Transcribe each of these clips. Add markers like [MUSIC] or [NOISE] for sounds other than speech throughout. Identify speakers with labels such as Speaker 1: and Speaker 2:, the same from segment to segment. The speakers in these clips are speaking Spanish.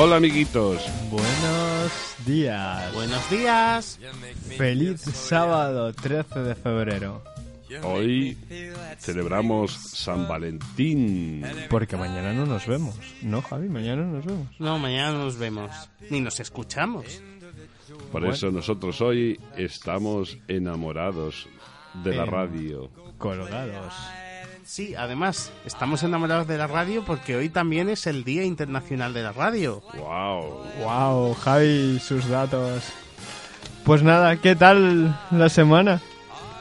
Speaker 1: Hola amiguitos.
Speaker 2: Buenos días.
Speaker 3: Buenos días.
Speaker 2: Feliz sábado 13 de febrero.
Speaker 1: Hoy celebramos San Valentín.
Speaker 2: Porque mañana no nos vemos. No, Javi, mañana no nos vemos.
Speaker 3: No, mañana nos vemos. Ni nos escuchamos.
Speaker 1: Por eso nosotros hoy estamos enamorados de la
Speaker 2: Eh.
Speaker 1: radio.
Speaker 2: Colgados.
Speaker 3: Sí, además, estamos enamorados de la radio porque hoy también es el Día Internacional de la Radio.
Speaker 1: ¡Wow!
Speaker 2: Wow, Javi, sus datos. Pues nada, ¿qué tal la semana?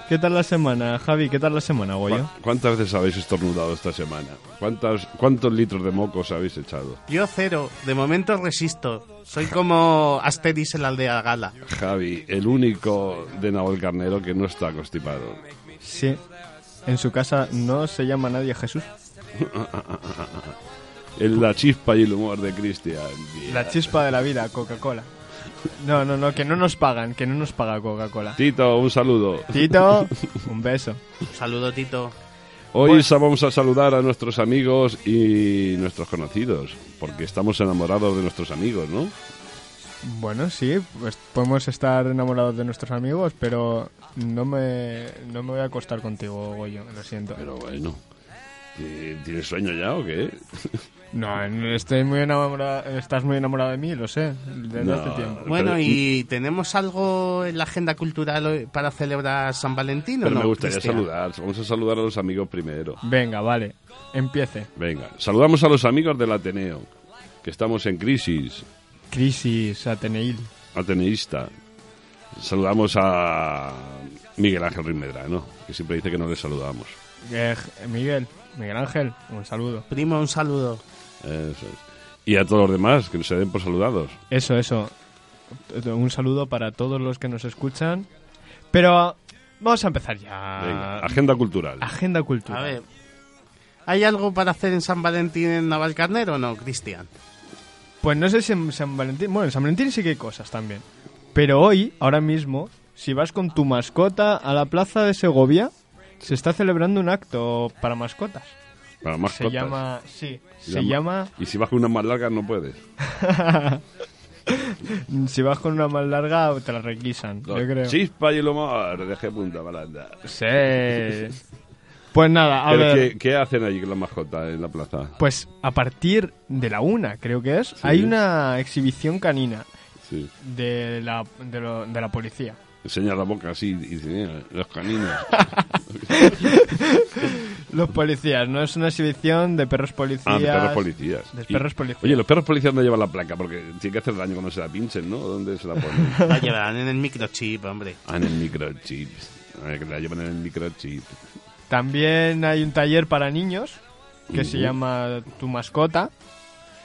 Speaker 2: ¿Qué tal la semana, Javi? ¿Qué tal la semana, Goyo?
Speaker 1: ¿Cuántas veces habéis estornudado esta semana? ¿Cuántas, ¿Cuántos litros de mocos habéis echado?
Speaker 3: Yo cero, de momento resisto. Soy como Asteris en la aldea gala.
Speaker 1: Javi, el único de Nahuel Carnero que no está constipado.
Speaker 2: Sí. En su casa no se llama nadie Jesús.
Speaker 1: El, la chispa y el humor de Cristian. Bien.
Speaker 2: La chispa de la vida, Coca-Cola. No, no, no, que no nos pagan, que no nos paga Coca-Cola.
Speaker 1: Tito, un saludo.
Speaker 2: Tito, un beso.
Speaker 3: Un saludo, Tito.
Speaker 1: Hoy sa- vamos a saludar a nuestros amigos y nuestros conocidos, porque estamos enamorados de nuestros amigos, ¿no?
Speaker 2: Bueno, sí, pues podemos estar enamorados de nuestros amigos, pero no me, no me voy a acostar contigo, Goyo, lo siento.
Speaker 1: Pero bueno, ¿qué- ¿tienes sueño ya o qué?
Speaker 2: No, estoy muy enamorado, estás muy enamorado de mí, lo sé, desde
Speaker 1: No.
Speaker 2: hace tiempo.
Speaker 3: Bueno,
Speaker 1: Pero-
Speaker 3: ¿y tenemos algo en la agenda cultural hoy para celebrar San Valentín o
Speaker 1: Pero
Speaker 3: no?
Speaker 1: me gustaría
Speaker 3: Cristian?
Speaker 1: saludar. Vamos a saludar a los amigos primero.
Speaker 2: Venga, vale, empiece.
Speaker 1: Venga, saludamos a los amigos del Ateneo, que estamos en crisis
Speaker 2: Crisis Ateneil.
Speaker 1: ateneísta. Saludamos a Miguel Ángel Ruiz Medrano, que siempre dice que no le saludamos.
Speaker 2: Eh, Miguel, Miguel Ángel, un saludo.
Speaker 3: Primo, un saludo.
Speaker 1: Eso es. Y a todos los demás, que se den por saludados.
Speaker 2: Eso, eso. Un saludo para todos los que nos escuchan. Pero vamos a empezar ya.
Speaker 1: Venga, agenda cultural.
Speaker 2: Agenda cultural.
Speaker 3: A ver, ¿hay algo para hacer en San Valentín en Navalcarnero o no,
Speaker 1: [LAUGHS]
Speaker 3: Cristian?
Speaker 2: Pues no sé si en San Valentín. Bueno, en San Valentín sí que hay cosas también. Pero hoy, ahora mismo, si vas con tu mascota a la plaza de Segovia, se está celebrando un acto para mascotas.
Speaker 1: Para más
Speaker 2: Se llama. Sí, se llama.
Speaker 1: Y si vas con unas más largas no puedes.
Speaker 2: [LAUGHS] Si vas con una más larga, te la requisan. Yo creo.
Speaker 1: Chispa y el humor, dejé punta balanda.
Speaker 2: Sí. Pues nada, a
Speaker 1: Pero
Speaker 2: ver.
Speaker 1: ¿qué, qué hacen allí con las mascotas en la plaza?
Speaker 2: Pues a partir de la una, creo que es, hay una exhibición canina
Speaker 1: Sí.
Speaker 2: de la, de lo- de la policía.
Speaker 1: Enseña la boca así y dice, "Mira, los
Speaker 2: [LAUGHS]
Speaker 1: caninos.
Speaker 2: Los policías, no es una exhibición de perros policías.
Speaker 1: ah, de perros policías.
Speaker 2: De
Speaker 1: Y-
Speaker 2: perros policías.
Speaker 1: Oye, los perros policías no llevan la placa porque tienen que hacer daño cuando se la pinchen, ¿no? ¿Dónde se la
Speaker 2: [LAUGHS]
Speaker 1: ponen?
Speaker 3: La llevarán en el microchip, hombre.
Speaker 1: ah, en el microchip. Ah, que la llevan en el microchip.
Speaker 2: También hay un taller para niños que se
Speaker 1: Ujú.
Speaker 2: llama Tu mascota.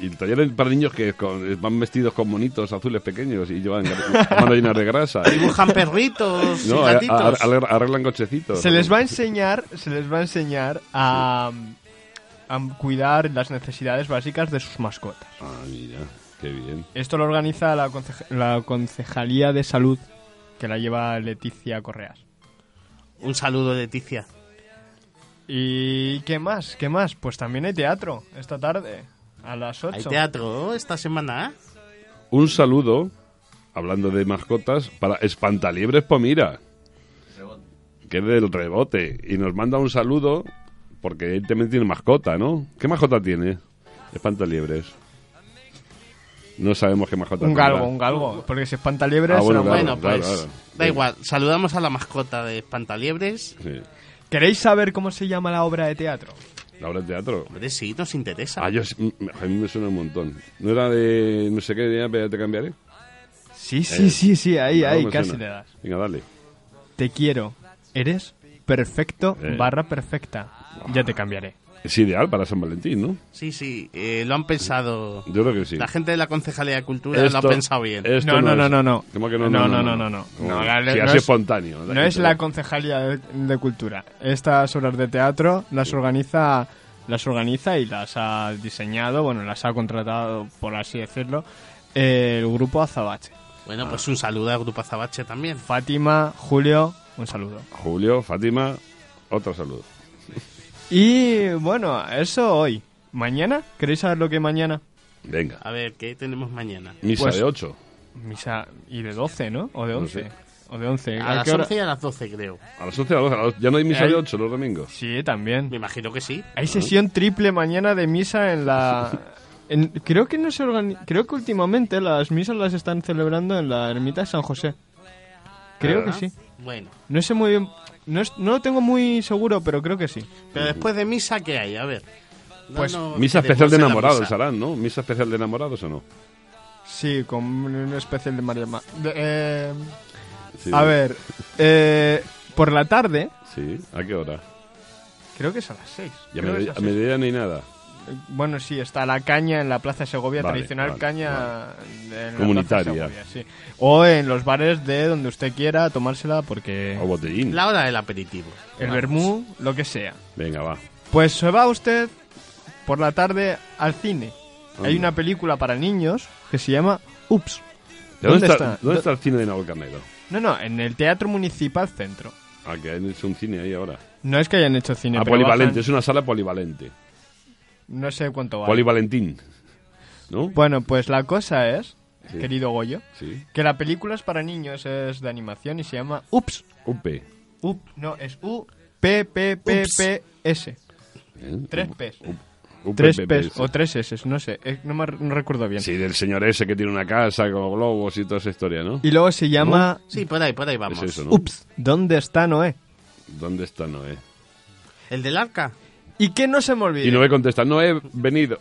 Speaker 1: Y el taller para niños que con- van vestidos con monitos azules pequeños y
Speaker 2: [LAUGHS]
Speaker 1: llevan manos llenas de grasa.
Speaker 3: Dibujan perritos
Speaker 1: No,
Speaker 3: y
Speaker 1: a-
Speaker 3: gatitos.
Speaker 1: a- arreglan- arreglan cochecitos.
Speaker 2: Se les va a enseñar, se les va a enseñar a, a cuidar las necesidades básicas de sus mascotas.
Speaker 1: Ah, mira, qué bien.
Speaker 2: Esto lo organiza la, conceja- la Concejalía de Salud que la lleva Leticia Correas.
Speaker 3: Un saludo, Leticia.
Speaker 2: ¿Y qué más? ¿Qué más? Pues también hay teatro esta tarde, a las 8.
Speaker 3: Hay teatro esta semana. ¿eh?
Speaker 1: Un saludo, hablando de mascotas, para Espantaliebres Pomira. Que es del rebote. Y nos manda un saludo, porque él también tiene mascota, ¿no? ¿Qué mascota tiene? Espantaliebres. No sabemos qué mascota
Speaker 2: Un
Speaker 1: tendrá.
Speaker 2: galgo, un galgo, porque si espanta liebres...
Speaker 1: Ah, bueno,
Speaker 2: será
Speaker 1: Claro,
Speaker 3: bueno, pues
Speaker 1: claro, claro.
Speaker 3: da igual. Saludamos a la mascota de Espantaliebres.
Speaker 1: Sí.
Speaker 2: ¿Queréis saber cómo se llama la obra de teatro?
Speaker 1: La obra de teatro.
Speaker 3: Hombre, sí, nos interesa.
Speaker 1: Ah, yo sí- mm, a mí me suena un montón. ¿No era de no sé qué, de ya te cambiaré?
Speaker 2: Sí, sí, sí, sí, ahí,
Speaker 1: No,
Speaker 2: ahí,
Speaker 1: me
Speaker 2: casi
Speaker 1: suena.
Speaker 2: le das.
Speaker 1: Venga, dale.
Speaker 2: Te quiero, ¿eres? perfecto
Speaker 1: Eh.
Speaker 2: barra perfecta. Ya te cambiaré.
Speaker 1: Es ideal para San Valentín, ¿no?
Speaker 3: Sí, sí, eh, lo han pensado.
Speaker 1: Yo creo que sí.
Speaker 3: La gente de la Concejalía de Cultura lo
Speaker 1: Esto-
Speaker 3: ha pensado bien.
Speaker 1: esto
Speaker 2: No, no, no,
Speaker 1: es-
Speaker 2: no, no.
Speaker 1: ¿Cómo que
Speaker 2: No, no, no, no, no.
Speaker 1: Como-
Speaker 2: No, la-
Speaker 1: si
Speaker 2: no
Speaker 1: así
Speaker 2: es-
Speaker 1: espontáneo.
Speaker 2: No es la concejalía de, de cultura. Estas obras de teatro las organiza, las organiza y las ha diseñado, bueno, las ha contratado, por así decirlo, el grupo Azabache.
Speaker 3: Bueno, pues un saludo al Grupo Azabache también.
Speaker 2: Fátima, Julio, un saludo.
Speaker 1: Julio, Fátima, otro saludo.
Speaker 2: Y bueno, eso hoy. ¿Mañana? ¿Queréis saber lo que mañana?
Speaker 1: Venga.
Speaker 3: A ver, ¿qué tenemos mañana?
Speaker 1: Misa
Speaker 2: Pues-
Speaker 1: de 8.
Speaker 2: Misa y de 12, ¿no? O de
Speaker 1: No
Speaker 2: 11.
Speaker 1: sé.
Speaker 2: O de 11.
Speaker 3: A las
Speaker 2: qué hora?
Speaker 3: 11 y a las 12, creo.
Speaker 1: A las 11 a las 12. a las- Ya no hay misa
Speaker 2: Ahí-
Speaker 1: de 8 los domingos.
Speaker 2: Sí, también.
Speaker 3: Me imagino que sí.
Speaker 2: Hay sesión triple mañana de misa en la... [LAUGHS] en- creo que no se organi- creo que últimamente las misas las están celebrando en la ermita de San José. Creo que
Speaker 3: ¿Verdad?
Speaker 2: sí.
Speaker 3: Ah, Bueno,
Speaker 2: No sé muy bien, no, es- no lo tengo muy seguro, pero creo que sí.
Speaker 3: pero después de misa, ¿qué hay? A ver.
Speaker 2: Pues,
Speaker 3: Danos-
Speaker 1: Misa
Speaker 3: que
Speaker 1: especial de
Speaker 3: después la
Speaker 1: enamorados,
Speaker 3: misa.
Speaker 1: harán, ¿no? Misa especial de enamorados o no.
Speaker 2: Sí, con un especial de María. Ma- de- eh,
Speaker 1: Sí.
Speaker 2: A ver, eh, por la tarde,
Speaker 1: Sí, ¿a qué hora?
Speaker 2: creo que es a las 6.
Speaker 1: Y a, medi- a mediodía ni nada.
Speaker 2: Bueno, sí, está la caña en la Plaza de Segovia,
Speaker 1: Vale,
Speaker 2: tradicional
Speaker 1: vale,
Speaker 2: caña en la Plaza de
Speaker 1: Comunitaria.
Speaker 2: Segovia, sí. O en los bares de donde usted quiera tomársela porque
Speaker 1: O botellín.
Speaker 3: La hora del aperitivo.
Speaker 2: el vermú, lo que sea.
Speaker 1: Venga, va.
Speaker 2: Pues se va usted por la tarde al cine. Hay
Speaker 1: Anda.
Speaker 2: una película para niños que se llama Ups.
Speaker 1: ¿De ¿Dónde,
Speaker 2: ¿Dónde
Speaker 1: está,
Speaker 2: está?
Speaker 1: ¿Dónde está el cine de Navalcarnero?
Speaker 2: No, no, en el Teatro Municipal Centro.
Speaker 1: Ah, que han hecho un cine ahí ahora.
Speaker 2: No es que hayan hecho cine,
Speaker 1: ah,
Speaker 2: pero
Speaker 1: polivalente,
Speaker 2: bajan-
Speaker 1: es una sala polivalente.
Speaker 2: no sé cuánto vale.
Speaker 1: Polivalentín. ¿No?
Speaker 2: bueno, pues la cosa es,
Speaker 1: Sí.
Speaker 2: querido Goyo,
Speaker 1: sí.
Speaker 2: que la película es para niños, es de animación y se llama Ups.
Speaker 1: UP. ¿eh?
Speaker 2: Up, no, es U P P P P S.
Speaker 1: ¿eh?
Speaker 2: Tres P's.
Speaker 1: UP,
Speaker 2: Tres
Speaker 1: PP,
Speaker 2: P's
Speaker 1: sí.
Speaker 2: o tres S, no sé, eh, no me no recuerdo bien.
Speaker 1: Sí, del señor ese que tiene una casa con globos y toda esa historia, ¿no?
Speaker 2: Y luego se llama
Speaker 3: Sí, por ahí, por ahí vamos.
Speaker 1: Es eso, ¿no?
Speaker 2: Ups, ¿dónde está Noé?
Speaker 1: ¿Dónde está Noé?
Speaker 3: ¿El del arca?
Speaker 2: Y que no se me olvide,
Speaker 1: Y Noé contesta, no he venido.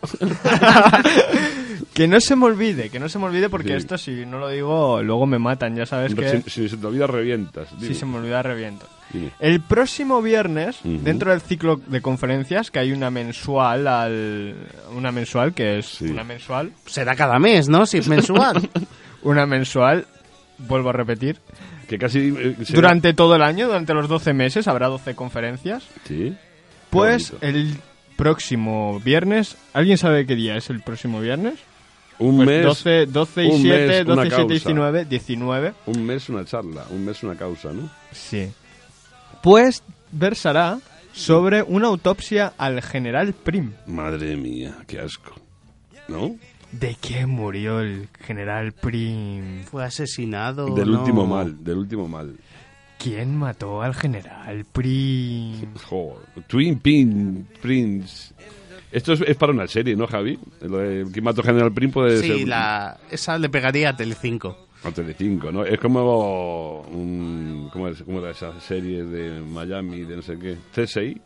Speaker 2: que no se me olvide, que no se me olvide porque
Speaker 1: Sí.
Speaker 2: esto si no lo digo luego me matan, ya
Speaker 1: [LAUGHS]
Speaker 2: sabes que
Speaker 1: si, si se te olvida, revientas.
Speaker 2: si
Speaker 1: dime.
Speaker 2: se me olvida reviento.
Speaker 1: Dime.
Speaker 2: El próximo viernes,
Speaker 1: Ujú.
Speaker 2: dentro del ciclo de conferencias, que hay una mensual al una mensual que es
Speaker 1: Sí.
Speaker 2: una mensual,
Speaker 3: Será cada mes, ¿no? Si
Speaker 1: [LAUGHS]
Speaker 3: es mensual.
Speaker 2: una mensual, vuelvo a repetir,
Speaker 1: Que casi... eh, se-
Speaker 2: Durante todo el año, durante los 12 meses, habrá 12 conferencias.
Speaker 1: Sí.
Speaker 2: Pues
Speaker 1: bonito.
Speaker 2: el próximo viernes, ¿alguien sabe qué día es el próximo viernes?
Speaker 1: Un
Speaker 2: Pues
Speaker 1: mes...
Speaker 2: 12, 12 y
Speaker 1: un
Speaker 2: 7,
Speaker 1: mes,
Speaker 2: 12
Speaker 1: una
Speaker 2: y 7
Speaker 1: causa.
Speaker 2: 19, 19.
Speaker 1: Un mes una charla, un mes una causa, ¿no?
Speaker 2: Sí. Pues versará sobre una autopsia al general Prim.
Speaker 1: Madre mía, qué asco. ¿No?
Speaker 2: ¿De qué murió el general Prim?
Speaker 3: Fue asesinado.
Speaker 1: Del
Speaker 3: ¿no?
Speaker 1: último mal, del último mal.
Speaker 2: ¿Quién mató al general Prim?
Speaker 1: Joder. Twin Pin, Prince. Esto es, es para una serie, ¿no, Javi? Lo de ¿Quién mató a General Prim puede
Speaker 3: Sí,
Speaker 1: ser
Speaker 3: la... esa le pegaría a Telecinco.
Speaker 1: a Telecinco, ¿no? Es como un, ¿cómo es? ¿Cómo era esa serie de Miami, de no sé qué? CSI.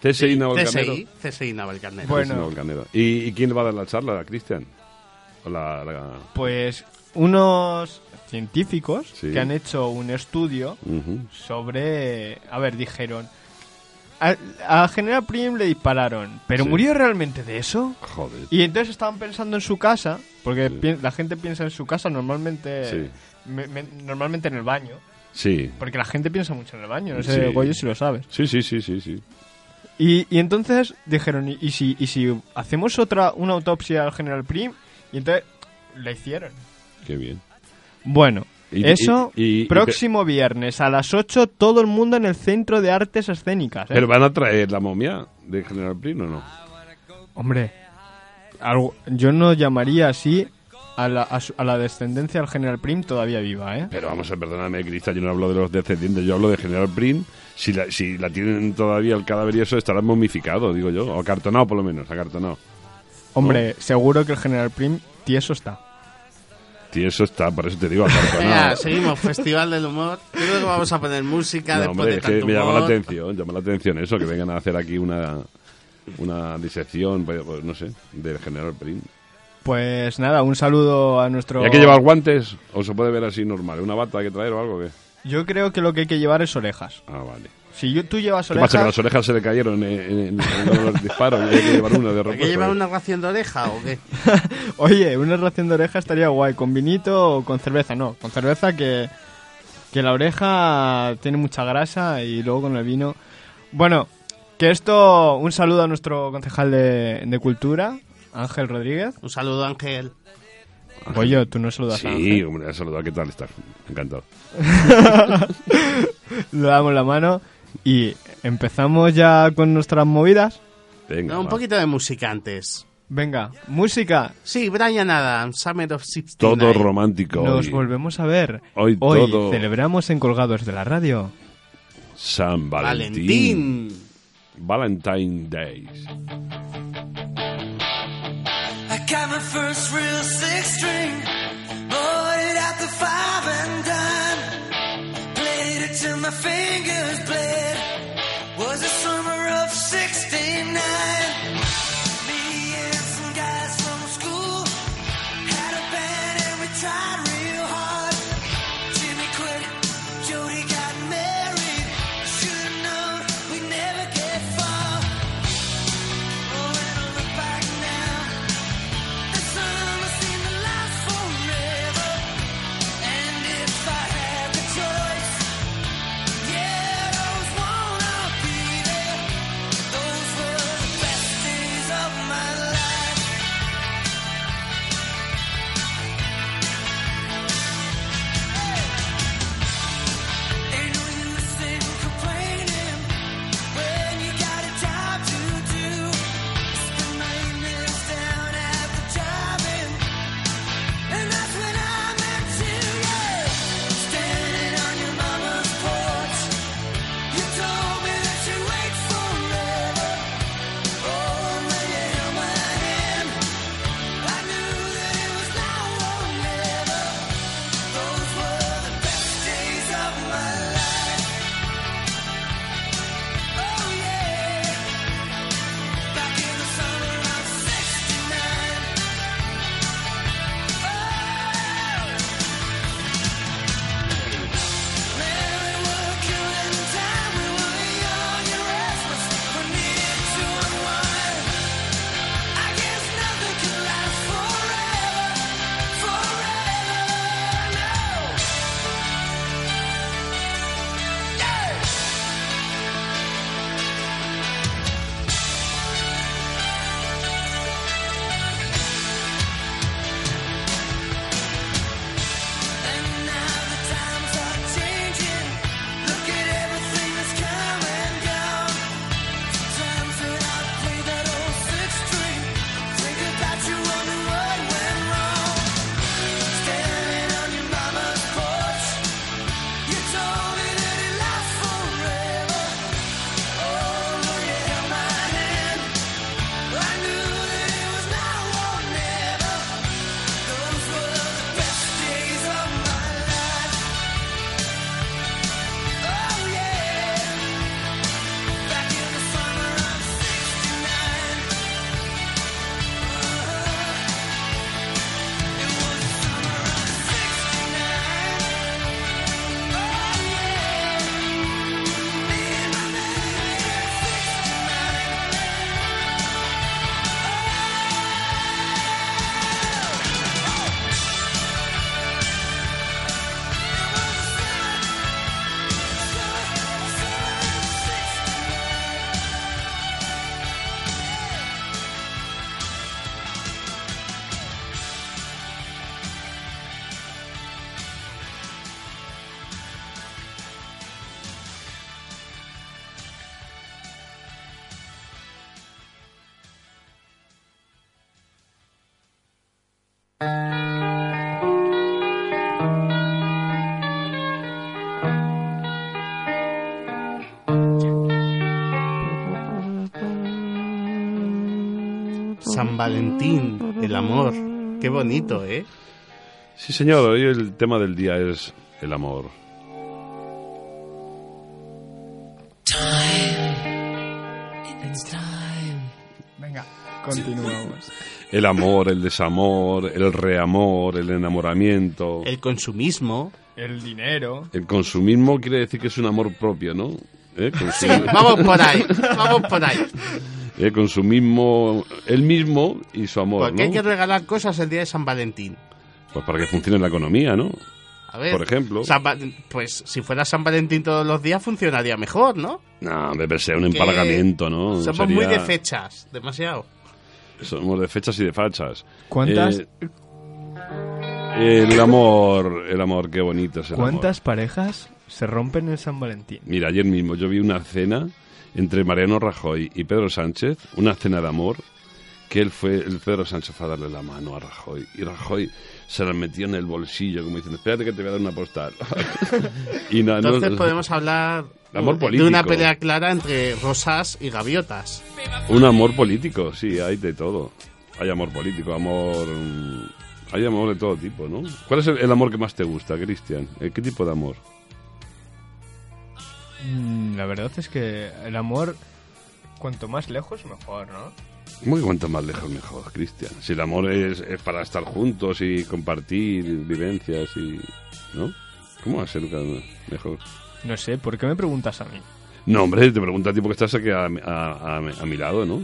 Speaker 1: CSI Navalcarnero.
Speaker 3: CSI, CSI Navalcarnero.
Speaker 2: Bueno.
Speaker 1: CSI Navalcarnero. ¿Y, y quién va a dar la charla? ¿La Cristian? ¿O la, la-
Speaker 2: Pues unos científicos
Speaker 1: Sí.
Speaker 2: que han hecho un estudio
Speaker 1: Ujú.
Speaker 2: sobre... A ver, dijeron... A, a General Prim le dispararon, pero
Speaker 1: Sí.
Speaker 2: ¿murió realmente de eso?
Speaker 1: Joder.
Speaker 2: Y entonces estaban pensando en su casa, porque pi- la gente piensa en su casa normalmente...
Speaker 1: Sí.
Speaker 2: me- me- normalmente en el baño,
Speaker 1: Sí.
Speaker 2: porque la gente piensa mucho en el baño, no sé,
Speaker 1: Sí.
Speaker 2: Goyo, si lo sabes.
Speaker 1: Sí, sí, sí, sí, sí.
Speaker 2: Y, y entonces dijeron, ¿y, y si, ¿y si hacemos otra una autopsia al General Prim? Y entonces la hicieron.
Speaker 1: Qué bien.
Speaker 2: Bueno,
Speaker 1: Y-
Speaker 2: eso
Speaker 1: y- y- y-
Speaker 2: próximo viernes a las 8 todo el mundo en el Centro de Artes Escénicas. ¿eh?
Speaker 1: ¿Pero van a traer la momia de General Prim o no?
Speaker 2: Hombre, algo- yo no llamaría así a la, a su- a la descendencia del general Prim todavía viva, ¿eh?
Speaker 1: Pero vamos a perdonarme, Crista, yo no hablo de los descendientes, yo hablo de General Prim. Si la, si la tienen todavía el cadáver y eso, estará momificado, digo yo. O acartonado, por lo menos, acartonado.
Speaker 2: Hombre,
Speaker 1: Oh.
Speaker 2: seguro que el general Prim tieso está.
Speaker 1: Y eso está, por eso te
Speaker 3: [LAUGHS]
Speaker 1: digo, acartonado.
Speaker 3: Venga, seguimos. Festival del humor. Yo creo que vamos a poner música
Speaker 1: No,
Speaker 3: después
Speaker 1: hombre,
Speaker 3: de
Speaker 1: es
Speaker 3: tanto
Speaker 1: que me llama
Speaker 3: humor.
Speaker 1: la atención, llama la atención eso, que vengan a hacer aquí una, una disección, pues, pues, no sé, del General Prim.
Speaker 2: Pues nada, un saludo a nuestro...
Speaker 1: ¿Y hay que llevar guantes? ¿O se puede ver así normal? ¿Una bata hay que traer o algo? que
Speaker 2: Yo creo que lo que hay que llevar es orejas.
Speaker 1: Ah, vale.
Speaker 2: Si yo, tú llevas
Speaker 1: ¿Qué pasa? Que
Speaker 2: orejas...
Speaker 1: las orejas se le cayeron en, en- en los disparos. y hay que llevar una de
Speaker 3: ¿Hay
Speaker 1: repuesto. ¿eh?
Speaker 3: que llevar una ración de oreja o qué?
Speaker 2: [LAUGHS] Oye, una ración de oreja estaría guay, con vinito o con cerveza, no, con cerveza que, que la oreja tiene mucha grasa y luego con el vino. Bueno, que esto, un saludo a nuestro concejal de, de cultura, Ángel Rodríguez.
Speaker 3: Un saludo, Ángel.
Speaker 2: Pollo, tú no saludas a
Speaker 1: Sí,
Speaker 3: ¿eh?
Speaker 2: Ángel.
Speaker 1: hombre, saludado. ¿Qué tal estás? Encantado.
Speaker 2: Le damos la mano y empezamos ya con nuestras movidas.
Speaker 1: Venga,
Speaker 3: No, un
Speaker 1: va.
Speaker 3: poquito de música antes.
Speaker 2: Venga, música.
Speaker 3: Sí, Brian Adams, Summer of 69.
Speaker 1: Todo romántico.
Speaker 2: Nos
Speaker 1: hoy.
Speaker 2: volvemos a ver.
Speaker 1: Hoy todo-
Speaker 2: celebramos en Colgados de la Radio.
Speaker 1: San Valentín.
Speaker 3: Valentín.
Speaker 1: Valentine Days.
Speaker 4: I got my first real six string, bought it at the five and dime, played it till my fingers bled. Was the summer of '69. Me and some guys from school had a band and we tried real hard. Jimmy quit, Jody got married. Should've known we'd never get far. Oh, and I look back now. The summer seemed to last forever, and if I had the choice, yeah, those wanna be there. Those were the best days of my life. Ain't no use in complaining when you got a job to do. Spend my evenings down at the job and- and that's when I met you. Yeah, standing on your mama's porch, you told me that you wait forever. Oh, when you held my hand, I knew that it was now or never. Those were the best days of my life. Oh yeah. Back in the summer of '69. Man, we were killing time. We were young and restless. We needed to unwind. I guess nothing could last forever, forever. No. Yeah. And now the times are changing. Look at everything that's come and gone. Times when I play that old sixth string, think about you wonder what went wrong. Standing on your mama's porch, you told me that it lasts forever. Oh, you held my hand. I knew that it was now or never. Those were the best days of my life. Oh yeah, back in the summer of '69. It was the summer of '69. Oh yeah, me and my
Speaker 3: San Valentín, el amor. Qué bonito, ¿eh?
Speaker 1: Sí, señor, hoy el tema del día es el amor.
Speaker 2: Venga, continuamos.
Speaker 1: El amor, el desamor, el reamor, el enamoramiento.
Speaker 3: El consumismo.
Speaker 2: El dinero.
Speaker 1: El consumismo quiere decir que es un amor propio, ¿no? ¿eh? Con su-
Speaker 3: Sí, vamos por ahí, vamos por ahí.
Speaker 1: eh, con su mismo, él mismo y su amor,
Speaker 3: Porque hay
Speaker 1: ¿no?
Speaker 3: que regalar cosas el día de San Valentín.
Speaker 1: Pues para que funcione la economía, ¿no?
Speaker 3: A ver,
Speaker 1: Por ejemplo.
Speaker 3: San Va- pues si fuera San Valentín todos los días funcionaría mejor, ¿no?
Speaker 1: No, debe ser un
Speaker 3: Que
Speaker 1: empalagamiento, ¿no?
Speaker 3: Somos
Speaker 1: Sería-
Speaker 3: muy de fechas, demasiado.
Speaker 1: Somos de fechas y de fachas.
Speaker 2: ¿Cuántas,
Speaker 1: Eh, el amor, el amor, qué bonito es el amor.
Speaker 2: ¿cuántas parejas se rompen en San Valentín?
Speaker 1: Mira, ayer mismo yo vi una cena entre Mariano Rajoy y Pedro Sánchez, una cena de amor, que él fue, el Pedro Sánchez fue a darle la mano a Rajoy. Y Rajoy se la metió en el bolsillo, como diciendo, espérate que te voy a dar una postal. [LAUGHS] y Ah, no, no-
Speaker 3: Entonces podemos hablar
Speaker 1: El amor
Speaker 3: de una
Speaker 1: político.
Speaker 3: pelea clara entre rosas y gaviotas.
Speaker 1: Un amor político, sí, hay de todo. Hay amor político, amor... mm, Hay amor de todo tipo, ¿no? ¿Cuál es el, el amor que más te gusta, Cristian? Eh, ¿Qué tipo de amor?
Speaker 2: Mm, La verdad es que el amor, cuanto más lejos, mejor, ¿no?
Speaker 1: Muy cuanto más lejos mejor, Cristian. Si el amor es, es para estar juntos y compartir vivencias y... ¿No? ¿Cómo va a ser mejor?
Speaker 2: No sé, ¿por qué me preguntas a mí?
Speaker 1: No, hombre, te pregunta tipo que estás aquí a, a- a- a mi lado,
Speaker 3: [LAUGHS]
Speaker 1: ¿no?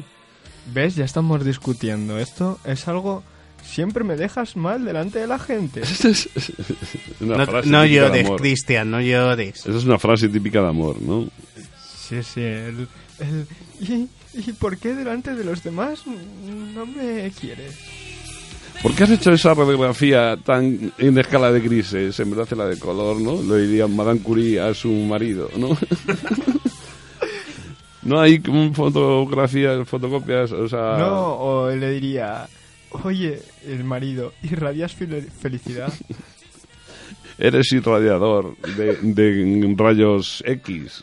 Speaker 2: ¿Ves? Ya estamos discutiendo. Esto es algo... Siempre me dejas mal delante de la [LAUGHS] gente.
Speaker 1: Esa es una
Speaker 3: No,
Speaker 1: frase
Speaker 3: no
Speaker 1: típica de
Speaker 3: llores,
Speaker 1: amor.
Speaker 3: Cristian, no llores.
Speaker 1: Esa es una frase típica de amor, ¿no?
Speaker 2: Sí, sí. el- el- ¿y, ¿Y por qué delante de los demás no me quieres?
Speaker 1: ¿Por qué has hecho esa radiografía tan en escala de grises en vez de la de color, no? Lo diría Madame Curie a su marido, ¿no? [LAUGHS] no hay como fotografías, fotocopias, o sea...
Speaker 2: No, o le diría... Oye, el marido, irradias fel- felicidad.
Speaker 1: Eres irradiador de, de rayos X.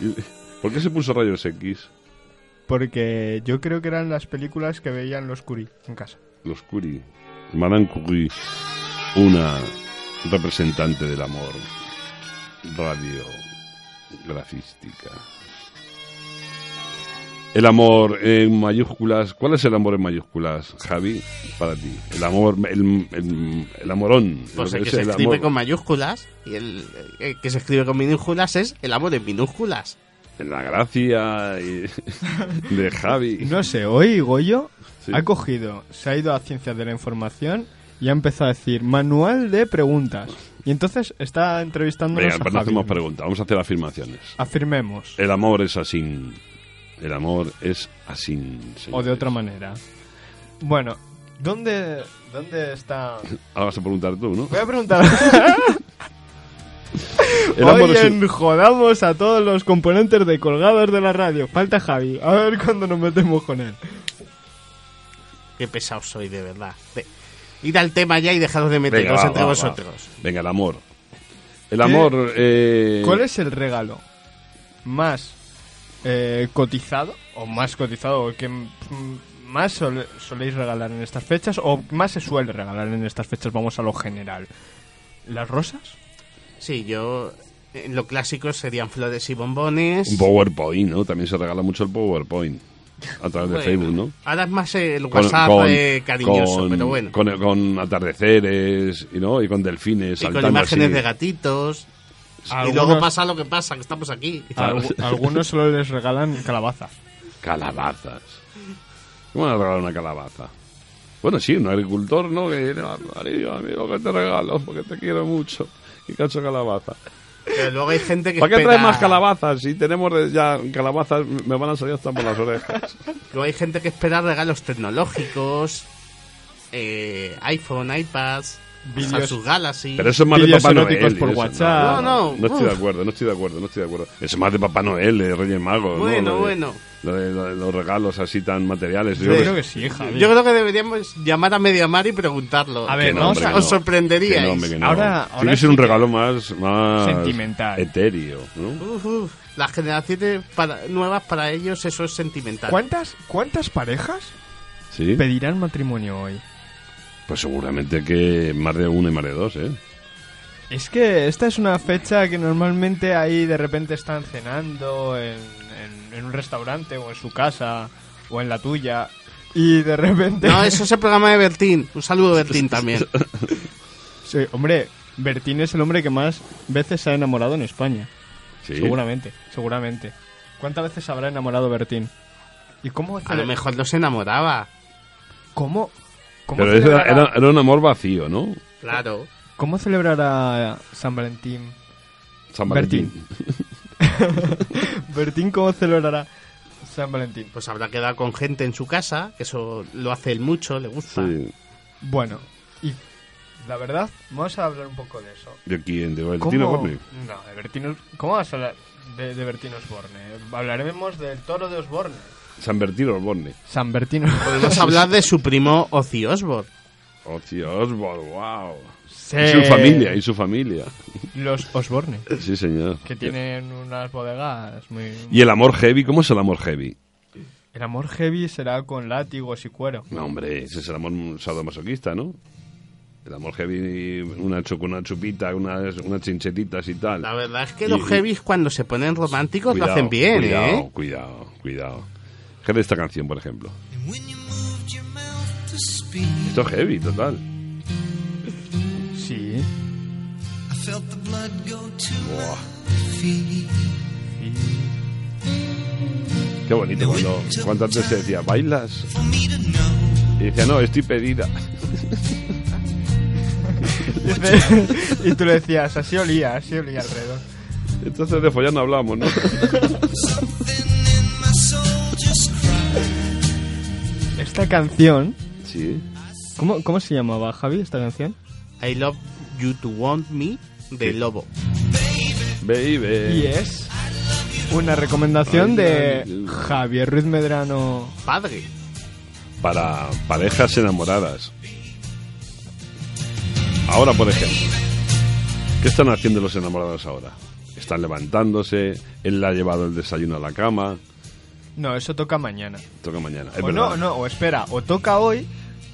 Speaker 1: [LAUGHS] ¿Por qué se puso rayos X?
Speaker 2: Porque yo creo que eran las películas que veían los Curie en casa.
Speaker 1: Los Curie. Madame Curie, una representante del amor radiografística. El amor en mayúsculas. ¿Cuál es el amor en mayúsculas, Javi? Para ti. El amor, el, el- el amorón.
Speaker 3: Pues
Speaker 1: lo
Speaker 3: el
Speaker 1: que es
Speaker 3: que se
Speaker 1: el
Speaker 3: escribe
Speaker 1: amor.
Speaker 3: con mayúsculas y el, el que se escribe con minúsculas es el amor en minúsculas.
Speaker 1: La gracia
Speaker 2: [LAUGHS]
Speaker 1: y- de Javi.
Speaker 2: No sé, hoy Goyo
Speaker 1: Sí.
Speaker 2: ha cogido, se ha ido a Ciencias de la Información y ha empezado a decir manual de preguntas. Y entonces está entrevistándonos
Speaker 1: Venga,
Speaker 2: a
Speaker 1: pues no
Speaker 2: Javi.
Speaker 1: hacemos preguntas, Eh, vamos a hacer afirmaciones.
Speaker 2: Afirmemos.
Speaker 1: El amor es así. El amor es así.
Speaker 2: o
Speaker 1: señores.
Speaker 2: de otra manera. Bueno, ¿dónde, dónde está...?
Speaker 1: Ahora vas a preguntar tú,
Speaker 2: [LAUGHS]
Speaker 1: ¿no?
Speaker 2: Voy
Speaker 1: [LAUGHS]
Speaker 2: a preguntar...
Speaker 1: El amor
Speaker 2: Hoy
Speaker 1: es
Speaker 2: en jodamos a todos los componentes de Colgados de la Radio. Falta Javi. A ver cuándo nos metemos con él.
Speaker 3: Qué pesado soy, de verdad. De- id al tema ya y dejaros de
Speaker 1: Venga,
Speaker 3: meteros
Speaker 1: va,
Speaker 3: entre
Speaker 1: va, va.
Speaker 3: vosotros.
Speaker 1: Venga, el amor. El amor. eh,
Speaker 2: ¿Cuál es el regalo más eh, cotizado o más cotizado o que mm, más sole- soléis regalar en estas fechas o más se suele regalar en estas fechas? Vamos a lo general. ¿Las rosas?
Speaker 3: Sí, yo. eh, Lo clásico serían flores y bombones.
Speaker 1: Un PowerPoint, ¿no? También se regala mucho el PowerPoint. A través de
Speaker 3: Bueno,
Speaker 1: Facebook, ¿no?
Speaker 3: Ahora es más el
Speaker 1: Con-
Speaker 3: WhatsApp
Speaker 1: con-
Speaker 3: eh, cariñoso,
Speaker 1: con-
Speaker 3: pero bueno.
Speaker 1: Con, con atardeceres y, ¿no? y con delfines.
Speaker 3: y con
Speaker 1: saltando
Speaker 3: imágenes
Speaker 1: así.
Speaker 3: de gatitos. Y
Speaker 2: Algunos-
Speaker 3: luego pasa lo que pasa, que estamos aquí.
Speaker 2: [LAUGHS] Algu- algunos solo les regalan calabazas.
Speaker 1: Calabazas. ¿Cómo le regalar una calabaza? Bueno, sí, un agricultor, ¿no? Que dice, "Ah, marido, a mí lo que te regalo, porque te quiero mucho. Y cacho calabaza.
Speaker 3: Pero luego hay gente que
Speaker 1: ¿Para qué
Speaker 3: espera...
Speaker 1: traes más calabazas? Si tenemos de- ya calabazas, me van a salir hasta por las
Speaker 2: [LAUGHS]
Speaker 1: orejas.
Speaker 3: Luego hay gente que espera regalos tecnológicos. eh, iPhone, iPads,
Speaker 2: Vídeos.
Speaker 3: Samsung Galaxy.
Speaker 1: Pero eso es más de
Speaker 2: Vídeos
Speaker 1: Papá Noel.
Speaker 2: eróticos por
Speaker 1: eso,
Speaker 2: WhatsApp.
Speaker 1: No,
Speaker 3: No, no,
Speaker 1: no estoy de
Speaker 3: uf.
Speaker 1: acuerdo, no estoy de acuerdo, no estoy de acuerdo. Eso es más de Papá Noel, de Reyes Magos. ¿no?
Speaker 3: Bueno,
Speaker 1: Lo de-
Speaker 3: bueno.
Speaker 1: lo de- lo de los regalos así tan materiales. Yo
Speaker 2: Yo
Speaker 1: creo
Speaker 2: creo
Speaker 1: que-
Speaker 2: que sí, Javi.
Speaker 3: Yo creo que deberíamos llamar a Mediamar y preguntarlo.
Speaker 2: A ver,
Speaker 1: que no,
Speaker 2: vamos
Speaker 1: hombre,
Speaker 2: a-
Speaker 1: que no.
Speaker 3: os sorprenderíais.
Speaker 1: Que no, hombre, que no.
Speaker 2: Ahora-
Speaker 1: Tiene
Speaker 2: ahora
Speaker 1: que ser un
Speaker 2: sí que-
Speaker 1: regalo más, más
Speaker 2: Sentimental.
Speaker 1: etéreo, ¿no?
Speaker 3: Uf, uf, Las generaciones para- nuevas para ellos eso es sentimental.
Speaker 2: ¿Cuántas, ¿Cuántas parejas
Speaker 1: Sí.
Speaker 2: pedirán matrimonio hoy?
Speaker 1: Pues seguramente que más de uno y más de dos, ¿eh?
Speaker 2: Es que esta es una fecha que normalmente ahí de repente están cenando en, en- en un restaurante o en su casa o en la tuya y de repente...
Speaker 3: No,
Speaker 2: [LAUGHS]
Speaker 3: eso es el programa de Bertín. Un saludo
Speaker 1: [LAUGHS]
Speaker 3: Bertín también.
Speaker 2: Sí, hombre, Bertín es el hombre que más veces se ha enamorado en España.
Speaker 1: Sí.
Speaker 2: Seguramente, seguramente. ¿Cuántas veces habrá enamorado Bertín? ¿Y cómo
Speaker 3: A
Speaker 2: cele-
Speaker 3: lo mejor los enamoraba.
Speaker 2: ¿Cómo, cómo
Speaker 1: Pero ese era,
Speaker 2: celebrará-
Speaker 1: era- era un amor vacío, ¿no?
Speaker 3: Claro.
Speaker 2: ¿Cómo celebrará San
Speaker 3: [LAUGHS]
Speaker 2: Valentín?
Speaker 1: San
Speaker 2: Bertín.
Speaker 1: Valentín.
Speaker 2: ¿Bertín cómo celebrará San Valentín?
Speaker 3: Pues habrá quedado con gente en su casa, que eso lo hace él mucho, le gusta.
Speaker 1: Sí.
Speaker 2: Bueno, y la verdad, vamos a hablar un poco de eso.
Speaker 1: ¿De quién? ¿De Valentino
Speaker 2: ¿Cómo-
Speaker 1: Gómez?
Speaker 2: No, de Bertín Os- ¿Cómo vas a hablar de, de Bertín Osborne? Hablaremos del toro de Osborne.
Speaker 1: San Bertino Osborne.
Speaker 2: San Bertín
Speaker 3: Podemos hablar de su primo Ozzy Osbourne.
Speaker 1: Ozzy Osbourne, wow.
Speaker 2: Eh.
Speaker 1: [LAUGHS] Y su familia, ¿eh? y su familia.
Speaker 2: Pues Los Osborne,
Speaker 1: Sí, señor.
Speaker 2: que tienen unas bodegas muy...
Speaker 1: ¿Y el amor heavy? ¿Cómo es el amor heavy?
Speaker 2: El amor heavy será con látigos y cuero.
Speaker 1: No, hombre, ese es el amor sadomasoquista, ¿no? El amor heavy, una, chu- una chupita, unas, unas chinchetitas y tal.
Speaker 3: La verdad es que
Speaker 1: Y-
Speaker 3: los
Speaker 1: y-
Speaker 3: heavies cuando se ponen románticos
Speaker 1: Cuidado,
Speaker 3: lo hacen bien,
Speaker 1: cuidado,
Speaker 3: ¿eh?
Speaker 1: Cuidado, cuidado. ¿Qué de esta canción, por ejemplo?
Speaker 4: And when you moved your mouth to speak,
Speaker 1: Esto es heavy, total.
Speaker 2: Sí.
Speaker 4: I felt the blood go to my feet.
Speaker 1: Qué bonito cuando, cuando antes se decía, ¿bailas?
Speaker 4: For me to know
Speaker 1: Y decía, no, estoy pedida.
Speaker 2: [LAUGHS] y tú le decías, así olía, así olía alrededor.
Speaker 1: Entonces de follar no hablamos, ¿no? [LAUGHS]
Speaker 4: something in my soul just cried.
Speaker 2: Esta canción...
Speaker 1: Sí.
Speaker 2: ¿Cómo, cómo se llamaba, Javi, esta canción?
Speaker 3: I love you to want me de
Speaker 1: Sí.
Speaker 3: Lobo.
Speaker 2: Y
Speaker 1: Baby.
Speaker 2: es una recomendación de Javier Ruiz Medrano.
Speaker 3: Padre.
Speaker 1: Para parejas enamoradas. Ahora, por ejemplo. ¿Qué están haciendo los enamorados ahora? Están levantándose, él le ha llevado el desayuno a la cama.
Speaker 2: No, eso toca mañana.
Speaker 1: Toca mañana. Es
Speaker 2: o
Speaker 1: verdad.
Speaker 2: Pues no, no, o espera, o toca hoy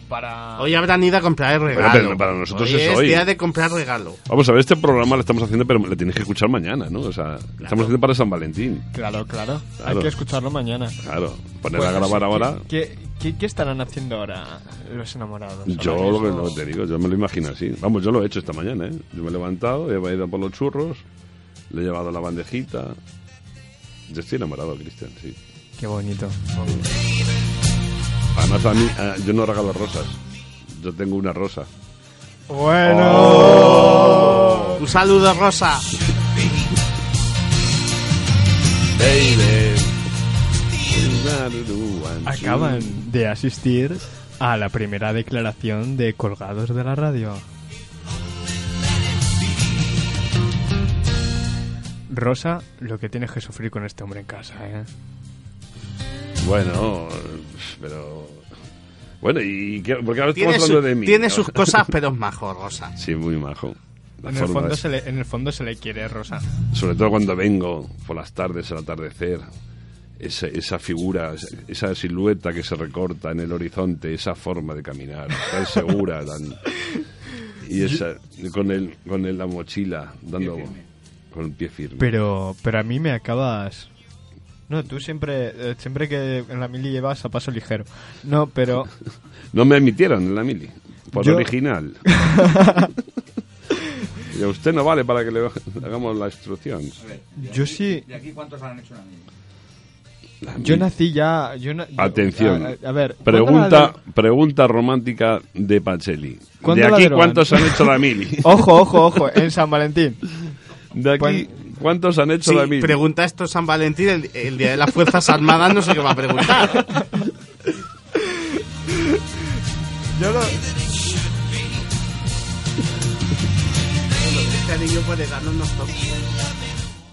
Speaker 2: para...
Speaker 3: Hoy habrán ido a comprar el
Speaker 1: Bueno,
Speaker 3: regalo.
Speaker 1: pero para nosotros es hoy.
Speaker 3: día de comprar regalo.
Speaker 1: Vamos a ver, este programa lo estamos haciendo, pero le tienes que escuchar mañana, ¿no? O sea, lo estamos haciendo para San Valentín.
Speaker 2: Claro, claro, Hay
Speaker 1: Claro.
Speaker 2: que escucharlo mañana.
Speaker 1: Claro, poner
Speaker 2: Bueno,
Speaker 1: a grabar
Speaker 2: sí,
Speaker 1: ahora.
Speaker 2: ¿Qué, qué, qué estarán haciendo ahora los enamorados?
Speaker 1: Yo
Speaker 2: Ahora
Speaker 1: lo que
Speaker 2: mismo-
Speaker 1: lo que te digo, yo me lo imagino así. Vamos, yo lo he hecho esta mañana, ¿eh? Yo me he levantado, he ido por los churros, le he llevado la bandejita. Yo estoy enamorado, Cristian, sí.
Speaker 2: Qué bonito.
Speaker 1: Además, a mí, a- yo no regalo rosas. Yo tengo una rosa.
Speaker 2: Bueno.
Speaker 1: Oh.
Speaker 3: Un saludo, Rosa.
Speaker 2: Acaban de asistir a la primera declaración de Colgados de la Radio. Rosa, lo que tienes que sufrir con este hombre en casa, ¿eh?
Speaker 1: Bueno, pero... Bueno, ¿y qué? Porque ahora estamos
Speaker 3: Tiene,
Speaker 1: hablando
Speaker 3: su-
Speaker 1: de mí.
Speaker 3: tiene sus cosas, pero es majo,
Speaker 1: [LAUGHS]
Speaker 3: Rosa.
Speaker 1: Sí, muy majo. La
Speaker 2: En el,
Speaker 1: forma
Speaker 2: fondo
Speaker 1: es-
Speaker 2: se le, en el fondo se le quiere, Rosa.
Speaker 1: Sobre todo cuando vengo por las tardes, al atardecer, esa, esa figura, esa silueta que se recorta en el horizonte, esa forma de caminar, tan segura, tan... Y esa, con, el, con el- la mochila, dando... Con el pie firme.
Speaker 2: Pero, pero a mí me acabas... No, tú siempre, eh, siempre que en la mili llevas a paso ligero. No,
Speaker 1: [LAUGHS]
Speaker 2: pero
Speaker 1: No me admitieron en la mili, por
Speaker 2: Yo- [LAUGHS]
Speaker 1: original. y a usted no vale para que le [LAUGHS] hagamos la instrucción.
Speaker 2: yo sí...
Speaker 5: ¿De aquí cuántos han hecho una mili?
Speaker 1: La
Speaker 2: Yo
Speaker 1: mili.
Speaker 2: nací ya... yo na- yo-
Speaker 1: Atención.
Speaker 2: A, a ver... ¿cuándo la
Speaker 1: Pregunta,
Speaker 2: de-
Speaker 1: pregunta romántica de Pacelli.
Speaker 2: ¿Cuándo
Speaker 1: ¿De
Speaker 2: la
Speaker 1: aquí
Speaker 2: derogan?
Speaker 1: cuántos han hecho la
Speaker 2: [LAUGHS]
Speaker 1: mili?
Speaker 2: Ojo, ojo, ojo, en San Valentín.
Speaker 1: ¿De
Speaker 2: Pues,
Speaker 1: aquí cuántos han hecho
Speaker 3: Sí,
Speaker 1: la mili?
Speaker 3: pregunta esto San Valentín el, el día de las Fuerzas Armadas, no sé qué va
Speaker 1: [LAUGHS]
Speaker 3: a preguntar.
Speaker 2: Yo lo-
Speaker 3: Este
Speaker 5: [LAUGHS]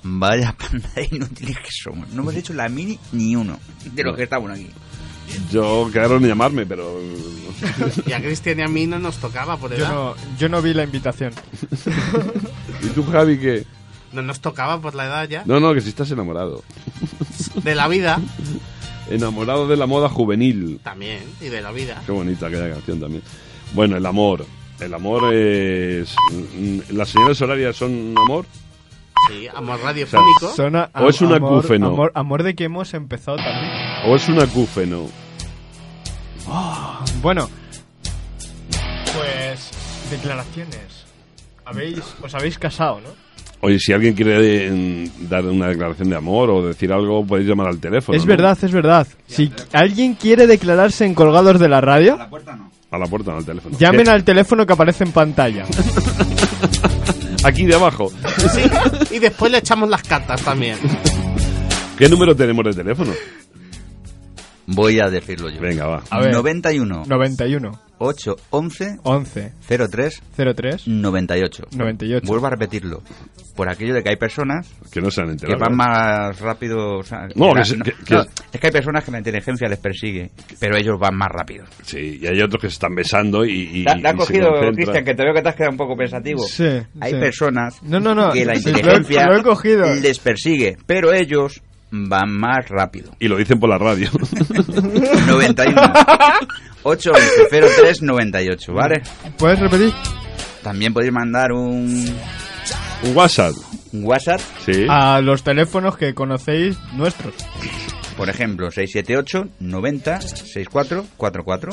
Speaker 5: Vaya panda de inútiles que somos. No hemos hecho la mini ni uno de los que estamos aquí.
Speaker 1: Yo quedaron en llamarme, pero...
Speaker 3: Y a Cristian y a mí no nos tocaba por
Speaker 2: yo,
Speaker 3: edad.
Speaker 2: no, yo no vi la invitación.
Speaker 1: ¿Y tú, Javi, qué?
Speaker 3: No nos tocaba por la edad ya.
Speaker 1: No, no, que si estás enamorado.
Speaker 3: De la vida
Speaker 1: Enamorado de la moda juvenil.
Speaker 3: también. Y de la vida.
Speaker 1: Qué bonita aquella canción también. Bueno, el amor. El amor es... mm, ¿Las señales horarias son un amor?
Speaker 3: Sí, amor radiofónico.
Speaker 2: Suena
Speaker 1: O es un
Speaker 2: amor-
Speaker 1: acúfeno.
Speaker 2: Amor, amor de que hemos empezado también.
Speaker 1: ¿O es un acúfeno?
Speaker 2: Bueno, pues declaraciones. Habéis, os habéis casado, ¿no?
Speaker 1: Oye, si alguien quiere eh, dar una declaración de amor o decir algo, podéis llamar al teléfono.
Speaker 2: es
Speaker 1: ¿no?
Speaker 2: verdad, es verdad. Si alguien quiere declararse en Colgados de la Radio,
Speaker 5: La puerta no.
Speaker 1: A la puerta, no al teléfono.
Speaker 2: llamen
Speaker 1: Que-
Speaker 2: al teléfono que aparece en [LAUGHS] pantalla.
Speaker 1: Aquí de abajo.
Speaker 3: Sí, y después le echamos las cartas también.
Speaker 1: ¿Qué número tenemos de teléfono?
Speaker 5: Voy a decirlo yo.
Speaker 1: Venga, va.
Speaker 2: A ver,
Speaker 5: 91
Speaker 2: 91
Speaker 5: 8 11
Speaker 2: 11
Speaker 5: 03
Speaker 2: 03
Speaker 5: 98.
Speaker 2: 98.
Speaker 5: Vuelvo a repetirlo. Por aquello de que hay personas
Speaker 1: Que no se han
Speaker 5: que
Speaker 1: enterado.
Speaker 5: van más rápido. o sea,
Speaker 1: No,
Speaker 5: la-
Speaker 1: que se- que- que-
Speaker 5: es que hay personas que la inteligencia les persigue, pero ellos van más rápido.
Speaker 1: Sí, y hay otros que se están besando y. y
Speaker 5: La, la
Speaker 1: y
Speaker 5: has
Speaker 1: se
Speaker 5: cogido,
Speaker 1: concentran.
Speaker 5: Cristian, que te veo que te has quedado un poco pensativo.
Speaker 2: Sí,
Speaker 5: Hay
Speaker 2: sí.
Speaker 5: personas
Speaker 2: No, no, no,
Speaker 5: que la
Speaker 2: sí, lo he-
Speaker 5: inteligencia
Speaker 2: lo he cogido.
Speaker 5: les persigue, pero ellos van más rápido.
Speaker 1: Y lo dicen por la radio. [LAUGHS]
Speaker 5: [LAUGHS] 91 811 03 98, ¿vale?
Speaker 1: Mm.
Speaker 2: ¿Puedes repetir?
Speaker 5: También podéis mandar un,
Speaker 1: Un WhatsApp.
Speaker 5: un WhatsApp,
Speaker 1: Sí.
Speaker 2: A los teléfonos que conocéis nuestros.
Speaker 5: por ejemplo, 678 90 64 44.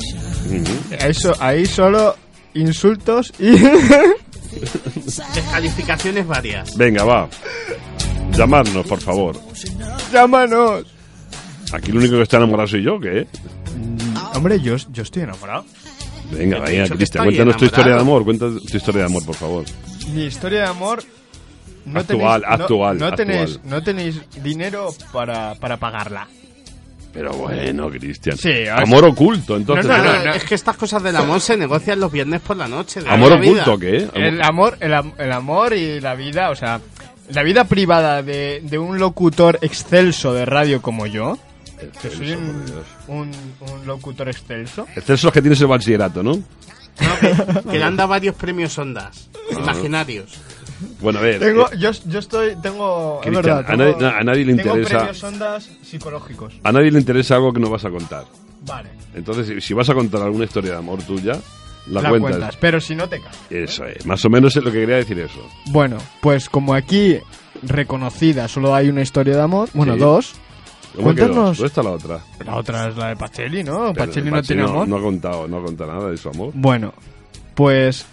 Speaker 2: Eso, ahí solo insultos y... [LAUGHS]
Speaker 3: Descalificaciones varias.
Speaker 1: Venga, va. Llamadnos, por favor.
Speaker 2: ¡Llámanos!
Speaker 1: Aquí lo único que está enamorado soy yo, ¿qué?
Speaker 2: Hombre, yo, yo estoy enamorado.
Speaker 1: Venga,
Speaker 3: Yo te he
Speaker 1: vaya,
Speaker 3: dicho que
Speaker 1: Cristian,
Speaker 3: estoy
Speaker 1: cuéntanos tu
Speaker 3: enamorado.
Speaker 1: historia de amor. Cuéntanos tu historia de amor, por favor.
Speaker 2: Mi historia de amor... No
Speaker 1: Actual,
Speaker 2: tenéis, no-
Speaker 1: actual,
Speaker 2: no, tenéis,
Speaker 1: actual.
Speaker 2: no tenéis dinero para, para pagarla.
Speaker 1: Pero bueno, Cristian.
Speaker 2: Sí, a ver.
Speaker 1: amor oculto, entonces.
Speaker 2: No, no,
Speaker 1: ¿verdad?
Speaker 2: no, no.
Speaker 3: Es que estas cosas del amor se negocian los viernes por la noche. de
Speaker 1: Amor
Speaker 3: la vida.
Speaker 1: oculto, ¿qué? Amor-
Speaker 2: El amor, el, am- el amor y la vida, o sea, la vida privada de, de un locutor excelso de radio como yo, que soy un, un- un locutor excelso.
Speaker 1: Este es los que tienes el bachillerato, ¿no?
Speaker 3: No, que, que le han dado varios premios ondas. Imaginarios.
Speaker 1: Bueno, a ver.
Speaker 2: Tengo,
Speaker 1: eh,
Speaker 2: yo, yo estoy, tengo, es
Speaker 1: Cristian,
Speaker 2: verdad,
Speaker 1: a
Speaker 2: tengo-
Speaker 1: nadie- a nadie le
Speaker 2: tengo
Speaker 1: interesa.
Speaker 2: premios ondas psicológicos.
Speaker 1: a nadie le interesa algo que no vas a contar.
Speaker 2: Vale,
Speaker 1: Entonces, si- si vas a contar alguna historia de amor tuya, la,
Speaker 2: la
Speaker 1: cuentas.
Speaker 2: pero si no te caes.
Speaker 1: Eso es. Más o menos es lo que quería decir eso.
Speaker 2: Bueno, pues como aquí reconocida solo hay una historia de amor, bueno,
Speaker 1: Sí.
Speaker 2: dos,
Speaker 1: ¿Cómo que dos?
Speaker 2: Cuéntanos.
Speaker 1: ¿Dónde está la otra?
Speaker 2: la otra es la de Pacelli, ¿no?
Speaker 1: Pero
Speaker 2: Pacelli no
Speaker 1: Pachi
Speaker 2: tiene amor.
Speaker 1: No ha contado, no ha contado nada de su amor.
Speaker 2: Bueno, pues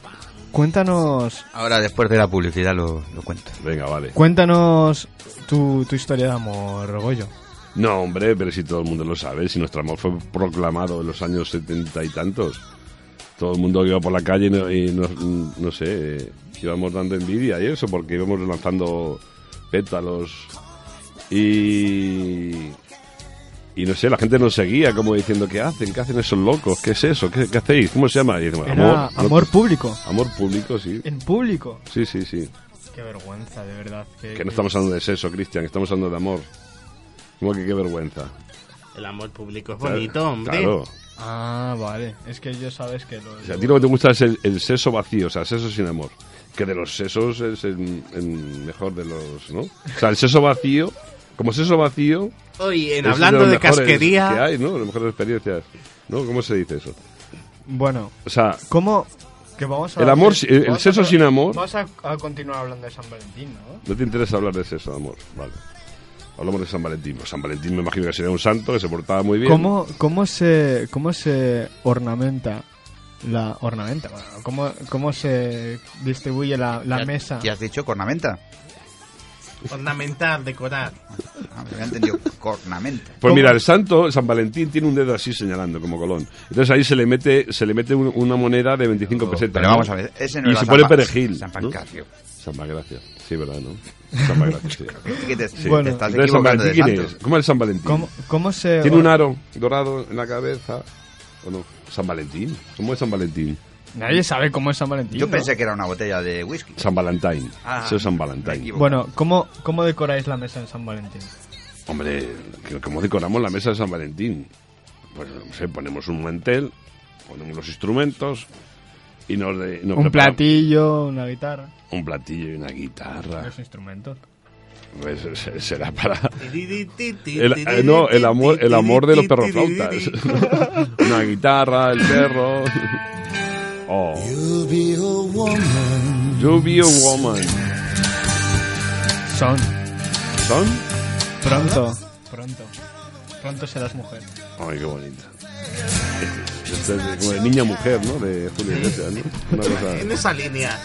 Speaker 2: cuéntanos
Speaker 5: Ahora, después de la publicidad, lo, lo cuento.
Speaker 1: Venga, vale.
Speaker 2: Cuéntanos tu, tu historia de amor, Goyo.
Speaker 1: No, hombre, pero si todo el mundo lo sabe, si nuestro amor fue proclamado en los años setenta y tantos. Todo el mundo que iba por la calle y, no, y nos- no, sé, eh, íbamos dando envidia y eso, porque íbamos lanzando pétalos y... Y no sé, la gente nos seguía como diciendo, ¿qué hacen? ¿Qué hacen esos locos? ¿Qué es eso? ¿Qué, qué hacéis? ¿Cómo se llama? Y decimos,
Speaker 2: Era amor,
Speaker 1: no-
Speaker 2: público.
Speaker 1: amor público, sí.
Speaker 2: En público.
Speaker 1: Sí, sí, sí.
Speaker 2: Qué vergüenza, de verdad.
Speaker 1: Que no estamos hablando de sexo, Cristian, que estamos hablando de amor. Como que qué vergüenza.
Speaker 3: El amor público es bonito, hombre.
Speaker 1: Claro.
Speaker 2: Ah, vale. Es que yo sabes que lo...
Speaker 1: O sea, a ti lo que te gusta es el, el seso vacío, o sea, seso sin amor. Que de los sesos es el, el mejor de los, ¿no? O sea, el seso vacío, como seso vacío...
Speaker 3: Hoy, en
Speaker 1: es
Speaker 3: hablando de,
Speaker 1: los mejores Que
Speaker 3: casquería,
Speaker 1: hay, ¿no? Las mejores experiencias. ¿No? ¿Cómo se dice eso?
Speaker 2: Bueno,
Speaker 1: O sea,
Speaker 2: ¿cómo...? Que vamos a...
Speaker 1: El amor si- el
Speaker 2: vamos a-
Speaker 1: sexo sin amor.
Speaker 2: Vamos a, a continuar hablando de San Valentín, ¿no?
Speaker 1: no te interesa hablar de seso, amor. Vale. Hablamos de San Valentín. Pues San Valentín me imagino que sería un santo que se portaba muy bien.
Speaker 2: ¿Cómo, cómo, se, ¿Cómo se ornamenta la... Ornamenta, bueno, ¿cómo, cómo se distribuye la, la
Speaker 5: Ya-
Speaker 2: mesa?
Speaker 5: ¿Qué has dicho? ¿Cornamenta?
Speaker 3: ornamentar, decorar.
Speaker 5: Ah, me
Speaker 1: [LAUGHS]
Speaker 5: había entendido. Cornamenta.
Speaker 1: Pues
Speaker 2: ¿Cómo?
Speaker 1: mira, el santo, San Valentín, tiene un dedo así señalando, como Colón. Entonces ahí se le mete, se le mete un- una moneda de 25 pesetas.
Speaker 5: Pero
Speaker 1: ¿no?
Speaker 5: vamos a ver. Ese no
Speaker 1: y
Speaker 5: era
Speaker 1: se
Speaker 5: San
Speaker 1: pone
Speaker 5: Fa-
Speaker 1: perejil.
Speaker 5: San
Speaker 1: ¿no?
Speaker 5: Pancracio.
Speaker 1: San Pancracio. Sí, ¿verdad, no? San Pancracio, sí.
Speaker 5: Es que te, te
Speaker 2: Bueno.
Speaker 5: [LAUGHS]
Speaker 1: Entonces,
Speaker 5: estás
Speaker 1: San
Speaker 5: equivocando
Speaker 1: Valentín,
Speaker 5: de
Speaker 1: ¿quién
Speaker 5: santos.
Speaker 1: es? ¿Cómo es San Valentín?
Speaker 2: ¿Cómo, cómo se...
Speaker 1: ¿Tiene un aro dorado en la cabeza? ¿O no? ¿San Valentín? ¿Cómo es San Valentín?
Speaker 2: Nadie sabe cómo es San Valentín.
Speaker 5: Yo
Speaker 2: ¿no?
Speaker 5: pensé que era una botella de whisky.
Speaker 1: San Valentín.
Speaker 5: Ah,
Speaker 1: Eso es San
Speaker 5: me
Speaker 1: Valentín.
Speaker 5: equivoco.
Speaker 2: Bueno, ¿cómo, ¿cómo decoráis la mesa en San Valentín?
Speaker 1: Hombre, que- ¿cómo decoramos la mesa de San Valentín? Pues no sé, ponemos un mantel, ponemos los instrumentos y nos, de- nos
Speaker 2: Un
Speaker 1: preparamos-
Speaker 2: platillo, una guitarra,
Speaker 1: Un platillo y una guitarra.
Speaker 2: los instrumentos.
Speaker 1: Pues, se- será para... El, eh,
Speaker 3: El,
Speaker 1: no, el amor, el amor de los perroflautas. [LAUGHS] Una guitarra, el perro. [LAUGHS] Oh. You'll be a woman.
Speaker 2: Son.
Speaker 1: ¿Son?
Speaker 2: Pronto. Pronto. Pronto serás mujer.
Speaker 1: Ay, qué bonita. Este es como de niña mujer, ¿no? De Julio Iglesias, ¿no? Una cosa.
Speaker 3: En esa línea.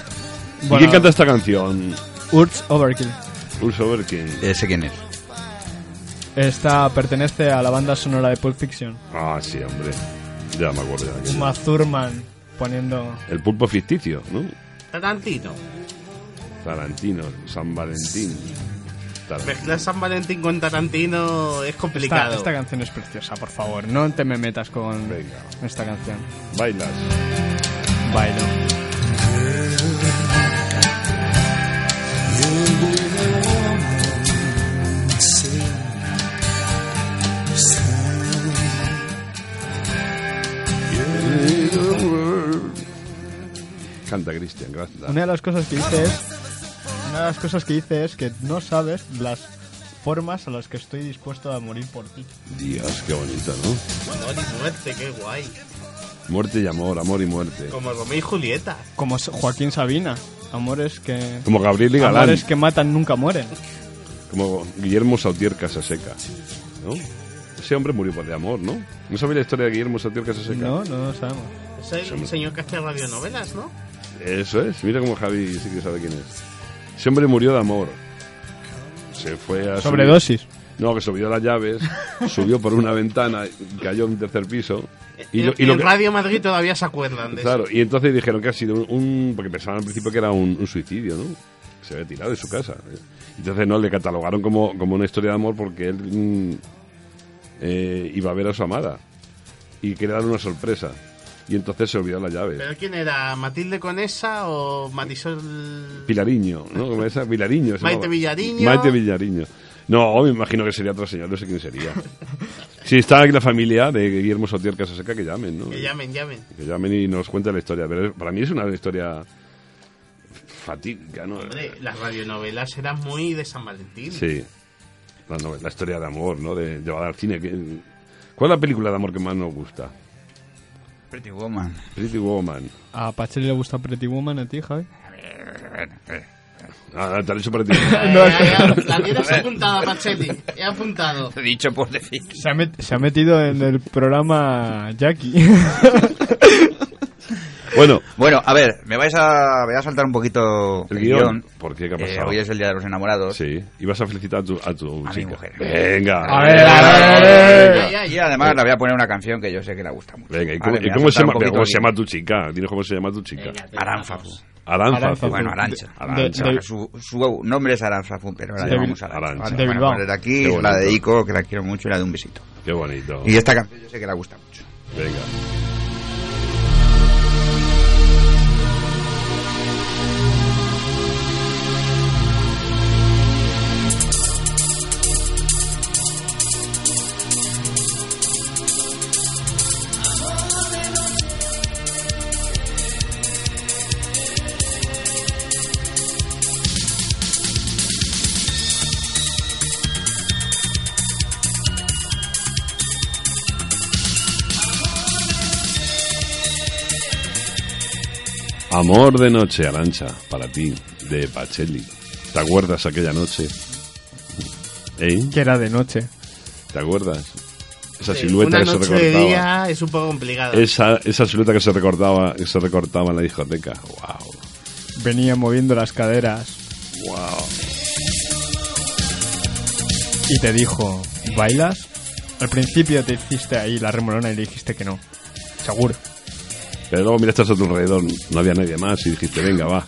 Speaker 1: ¿Y quién canta esta canción?
Speaker 2: Urge Overkill.
Speaker 1: Urso Overkill.
Speaker 5: ¿Ese quién es?
Speaker 2: Esta pertenece a la banda sonora de Pulp Fiction.
Speaker 1: Ah, sí, hombre. Ya me acuerdo. de aquello.
Speaker 2: Mazurman poniendo...
Speaker 1: El pulpo ficticio, ¿no?
Speaker 3: Tarantino.
Speaker 1: Tarantino, San Valentín. Tarantino.
Speaker 3: Mezclar San Valentín con Tarantino es
Speaker 2: Esta,
Speaker 3: complicado.
Speaker 2: esta canción es preciosa, por favor. No te me metas con
Speaker 1: Venga.
Speaker 2: esta canción.
Speaker 1: Bailas.
Speaker 2: Bailo.
Speaker 1: Canta Cristian, gracias.
Speaker 2: Una de las cosas que hice es... Una de las cosas que hice es que no sabes las formas a las que estoy dispuesto a morir por ti.
Speaker 1: Dios, qué bonito, ¿no?
Speaker 3: Amor y muerte, qué guay.
Speaker 1: Muerte y amor, amor y muerte.
Speaker 3: Como Romeo y Julieta.
Speaker 2: Como S- Joaquín Sabina. Amores que...
Speaker 1: Como Gabriel y Galán.
Speaker 2: Amores que matan nunca mueren.
Speaker 1: Como Guillermo Sautier Casaseca. ¿No? Ese hombre murió por de amor, ¿no? ¿No sabéis la historia de Guillermo Sautier Casaseca?
Speaker 2: No, no lo sabemos.
Speaker 3: Es el señor que hace radionovelas, ¿no?
Speaker 1: Eso es, mira cómo Javi sí que sabe quién es. Ese hombre murió de amor. Se fue a... subir-
Speaker 2: Sobredosis.
Speaker 1: No, que subió las
Speaker 2: [LAUGHS]
Speaker 1: llaves, subió por una ventana, y cayó en un tercer piso. Y lo, y
Speaker 3: en
Speaker 1: lo que-
Speaker 3: Radio Madrid todavía se acuerdan de
Speaker 1: claro, y entonces dijeron que ha sido un- un... Porque pensaban al principio que era un, un suicidio, ¿no? Se había tirado de su casa. ¿eh? Entonces no, le catalogaron como, como una historia de amor porque él mm, eh, iba a ver a su amada y quería darle una sorpresa. Y entonces se olvidó las llaves.
Speaker 3: eso. ¿Pero quién era? ¿Matilde Conesa o Marisol...?
Speaker 1: Pilariño, ¿no? Como esa, Pilariño. se
Speaker 3: Maite
Speaker 1: llamaba.
Speaker 3: Villariño.
Speaker 1: Maite Villariño. No, me imagino que sería otra señora, no sé quién sería.
Speaker 3: [LAUGHS]
Speaker 1: si está aquí la familia de Guillermo Sotier Casaseca, que llamen, ¿no?
Speaker 3: Que llamen, llamen.
Speaker 1: Que llamen y nos cuenten la historia. Pero es- para mí es una historia fatídica, ¿no?
Speaker 3: Hombre, las radionovelas eran muy de San Valentín.
Speaker 1: Sí. La, nove- la historia de amor, ¿no? De llevada al cine. que- ¿Cuál es la película de amor que más nos gusta?
Speaker 5: Pretty Woman.
Speaker 1: Pretty Woman.
Speaker 2: A Pacheli le gusta Pretty Woman, a ti, Javi.
Speaker 5: eh,
Speaker 1: Ah, te lo he dicho
Speaker 5: [LAUGHS]
Speaker 1: Pretty
Speaker 3: Eh,
Speaker 1: Woman.
Speaker 3: eh, la tienes apuntada, Pachetti. He apuntado.
Speaker 5: He dicho por decir.
Speaker 2: Se ha, met- se ha metido en el programa Jackie.
Speaker 1: Bueno,
Speaker 5: Bueno, a ver, me vais a, voy a saltar un poquito
Speaker 1: El
Speaker 5: el
Speaker 1: guión.
Speaker 5: guión.
Speaker 1: ¿Por qué? ¿Qué ha
Speaker 5: Eh,
Speaker 1: pasado?
Speaker 5: hoy es el Día de los Enamorados.
Speaker 1: sí. Y vas a felicitar a tu, a tu
Speaker 5: A mi
Speaker 1: chica.
Speaker 5: mujer.
Speaker 1: Venga.
Speaker 2: A
Speaker 5: Eh,
Speaker 2: ver, a ver, a ver.
Speaker 3: Ay, ay,
Speaker 5: Y además le voy a poner una canción que yo sé que le gusta mucho.
Speaker 1: Venga, ¿y cómo,
Speaker 5: Vale,
Speaker 1: y
Speaker 5: me voy a
Speaker 1: cómo se,
Speaker 5: saltar un
Speaker 1: llama, pero
Speaker 5: poquito
Speaker 1: cómo se
Speaker 5: el
Speaker 1: llama tu chica? Dinos cómo se llama tu chica.
Speaker 3: Venga,
Speaker 5: guión. Aránzazu.
Speaker 1: Aranza.
Speaker 2: Aránzazu.
Speaker 5: Bueno, Arancha.
Speaker 1: Arancha.
Speaker 2: De- de-
Speaker 5: Su, su nombre es Aranzazu, pero la
Speaker 2: Sí.
Speaker 5: llamamos
Speaker 1: De Bil-
Speaker 5: Arancha.
Speaker 1: Arancha.
Speaker 2: De
Speaker 5: Vale,
Speaker 2: Bilbao.
Speaker 5: Voy a poner
Speaker 1: Qué
Speaker 5: aquí, se la
Speaker 1: bonito. Oh.
Speaker 5: dedico, que la quiero mucho y la de un besito.
Speaker 1: Qué bonito.
Speaker 5: Y esta canción yo sé que la gusta mucho.
Speaker 1: Venga. Amor de noche, Arancha, para ti, de Pacelli. ¿Te acuerdas aquella noche? ¿Eh?
Speaker 2: [LAUGHS] que era de noche.
Speaker 1: ¿Te acuerdas? Esa
Speaker 3: Sí,
Speaker 1: silueta que
Speaker 3: una
Speaker 1: se
Speaker 3: noche de
Speaker 1: recortaba.
Speaker 3: día es un poco complicado.
Speaker 1: Esa, esa silueta que se recortaba, que se recortaba en la discoteca. Wow.
Speaker 2: Venía moviendo las caderas
Speaker 1: Wow.
Speaker 2: y te dijo, ¿bailas? Al principio te hiciste ahí la remolona y le dijiste que no. Seguro.
Speaker 1: Pero luego miraste a tu alrededor, no había nadie más y dijiste, venga, va.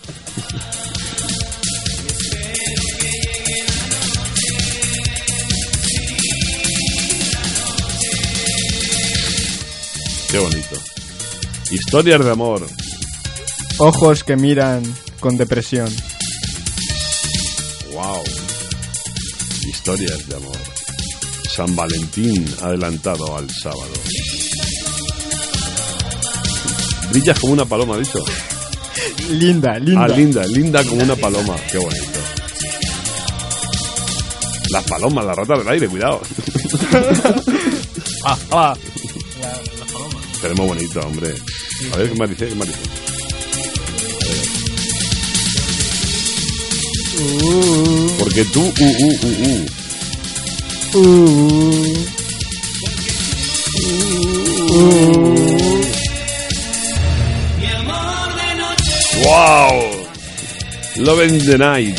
Speaker 1: Qué bonito. Historias de amor.
Speaker 2: Ojos que miran con depresión.
Speaker 1: Wow. Historias de amor. San Valentín adelantado al sábado. Brillas como una paloma, ha dicho.
Speaker 2: Linda, linda.
Speaker 1: Ah, linda, linda como una paloma. Qué bonito. Las palomas, las ratas del aire, cuidado.
Speaker 2: [LAUGHS] Ah, ah.
Speaker 1: Tenemos bonito, hombre. A ver qué más dice, qué más dice.
Speaker 2: Uh,
Speaker 1: Porque tú, uh, uh, uh, uh.
Speaker 2: uh, uh.
Speaker 1: ¡Wow! Love in the night.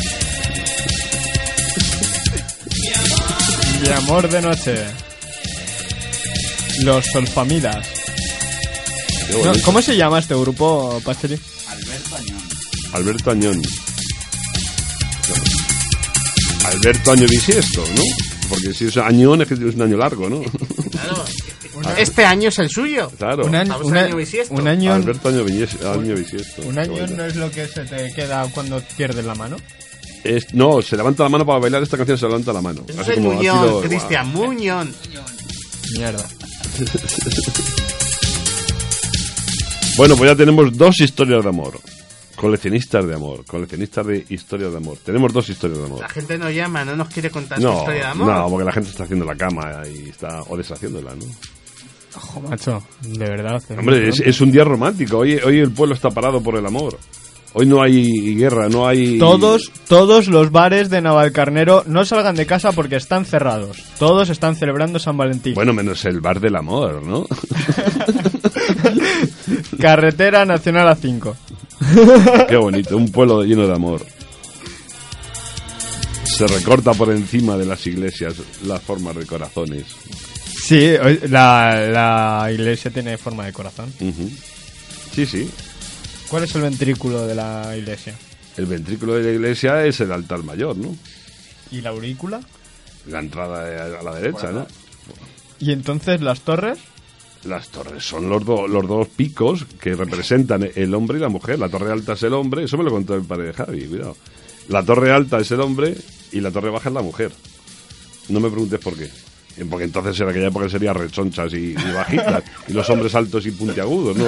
Speaker 2: Y amor de noche. Los solfamidas.
Speaker 1: Qué
Speaker 2: No,
Speaker 1: bonito.
Speaker 2: ¿Cómo se llama este grupo, Pasteri?
Speaker 5: Alberto Añón.
Speaker 1: Alberto Añón. Alberto Año bisiesto, ¿no? Porque si es Añón es que es un año largo,
Speaker 2: [LAUGHS]
Speaker 1: ¿no?
Speaker 3: Este año es el suyo.
Speaker 1: Claro.
Speaker 2: Un año,
Speaker 3: Estamos
Speaker 2: un
Speaker 3: en
Speaker 2: a-
Speaker 3: año bisiesto.
Speaker 2: un año,
Speaker 1: Alberto Año, Biñes- año bisiesto.
Speaker 2: un
Speaker 1: Qué
Speaker 2: año
Speaker 1: bonito.
Speaker 2: no es lo que se te queda cuando pierdes la mano.
Speaker 1: Es- no, se levanta la mano para bailar esta canción, se levanta la mano.
Speaker 3: Es
Speaker 1: Así
Speaker 3: el
Speaker 1: como ha sido-
Speaker 3: Muñón, Cristian Muñón.
Speaker 2: Mierda.
Speaker 1: Bueno, pues ya tenemos dos historias de amor. Coleccionistas de amor, coleccionistas de historias de amor. Tenemos dos historias de amor.
Speaker 3: La gente nos llama, no nos quiere contar su
Speaker 1: No,
Speaker 3: historia de amor.
Speaker 1: no, porque la gente está haciendo la cama y está o deshaciéndola, ¿no?
Speaker 2: Ojo, macho. De verdad. de
Speaker 1: Hombre,
Speaker 2: verdad.
Speaker 1: es, es un día romántico. Hoy, hoy el pueblo está parado por el amor. Hoy no hay guerra, no hay.
Speaker 2: Todos, todos los bares de Navalcarnero no salgan de casa porque están cerrados. Todos están celebrando San Valentín.
Speaker 1: Bueno, menos el bar del amor, ¿no?
Speaker 2: [LAUGHS]
Speaker 1: [LAUGHS]
Speaker 2: Carretera Nacional A5.
Speaker 1: Qué bonito, un pueblo lleno de amor. Se recorta por encima de las iglesias las formas de corazones.
Speaker 2: Sí, hoy- la, la iglesia tiene forma de corazón.
Speaker 1: Ujú. Sí, sí.
Speaker 2: ¿Cuál es el ventrículo de la iglesia?
Speaker 1: El ventrículo de la iglesia es el altar mayor, ¿no?
Speaker 2: ¿Y la aurícula?
Speaker 1: La entrada de- a la derecha, ¿no?
Speaker 2: ¿Y entonces las torres?
Speaker 1: Las torres son los, do- los dos picos que representan el hombre y la mujer. La torre alta es el hombre, eso me lo contó el padre de Javi, cuidado. La torre alta es el hombre y la torre baja es la mujer. No me preguntes por qué. Eh, Porque entonces en aquella época serían rechonchas y, y bajitas. y los hombres altos y puntiagudos, ¿no?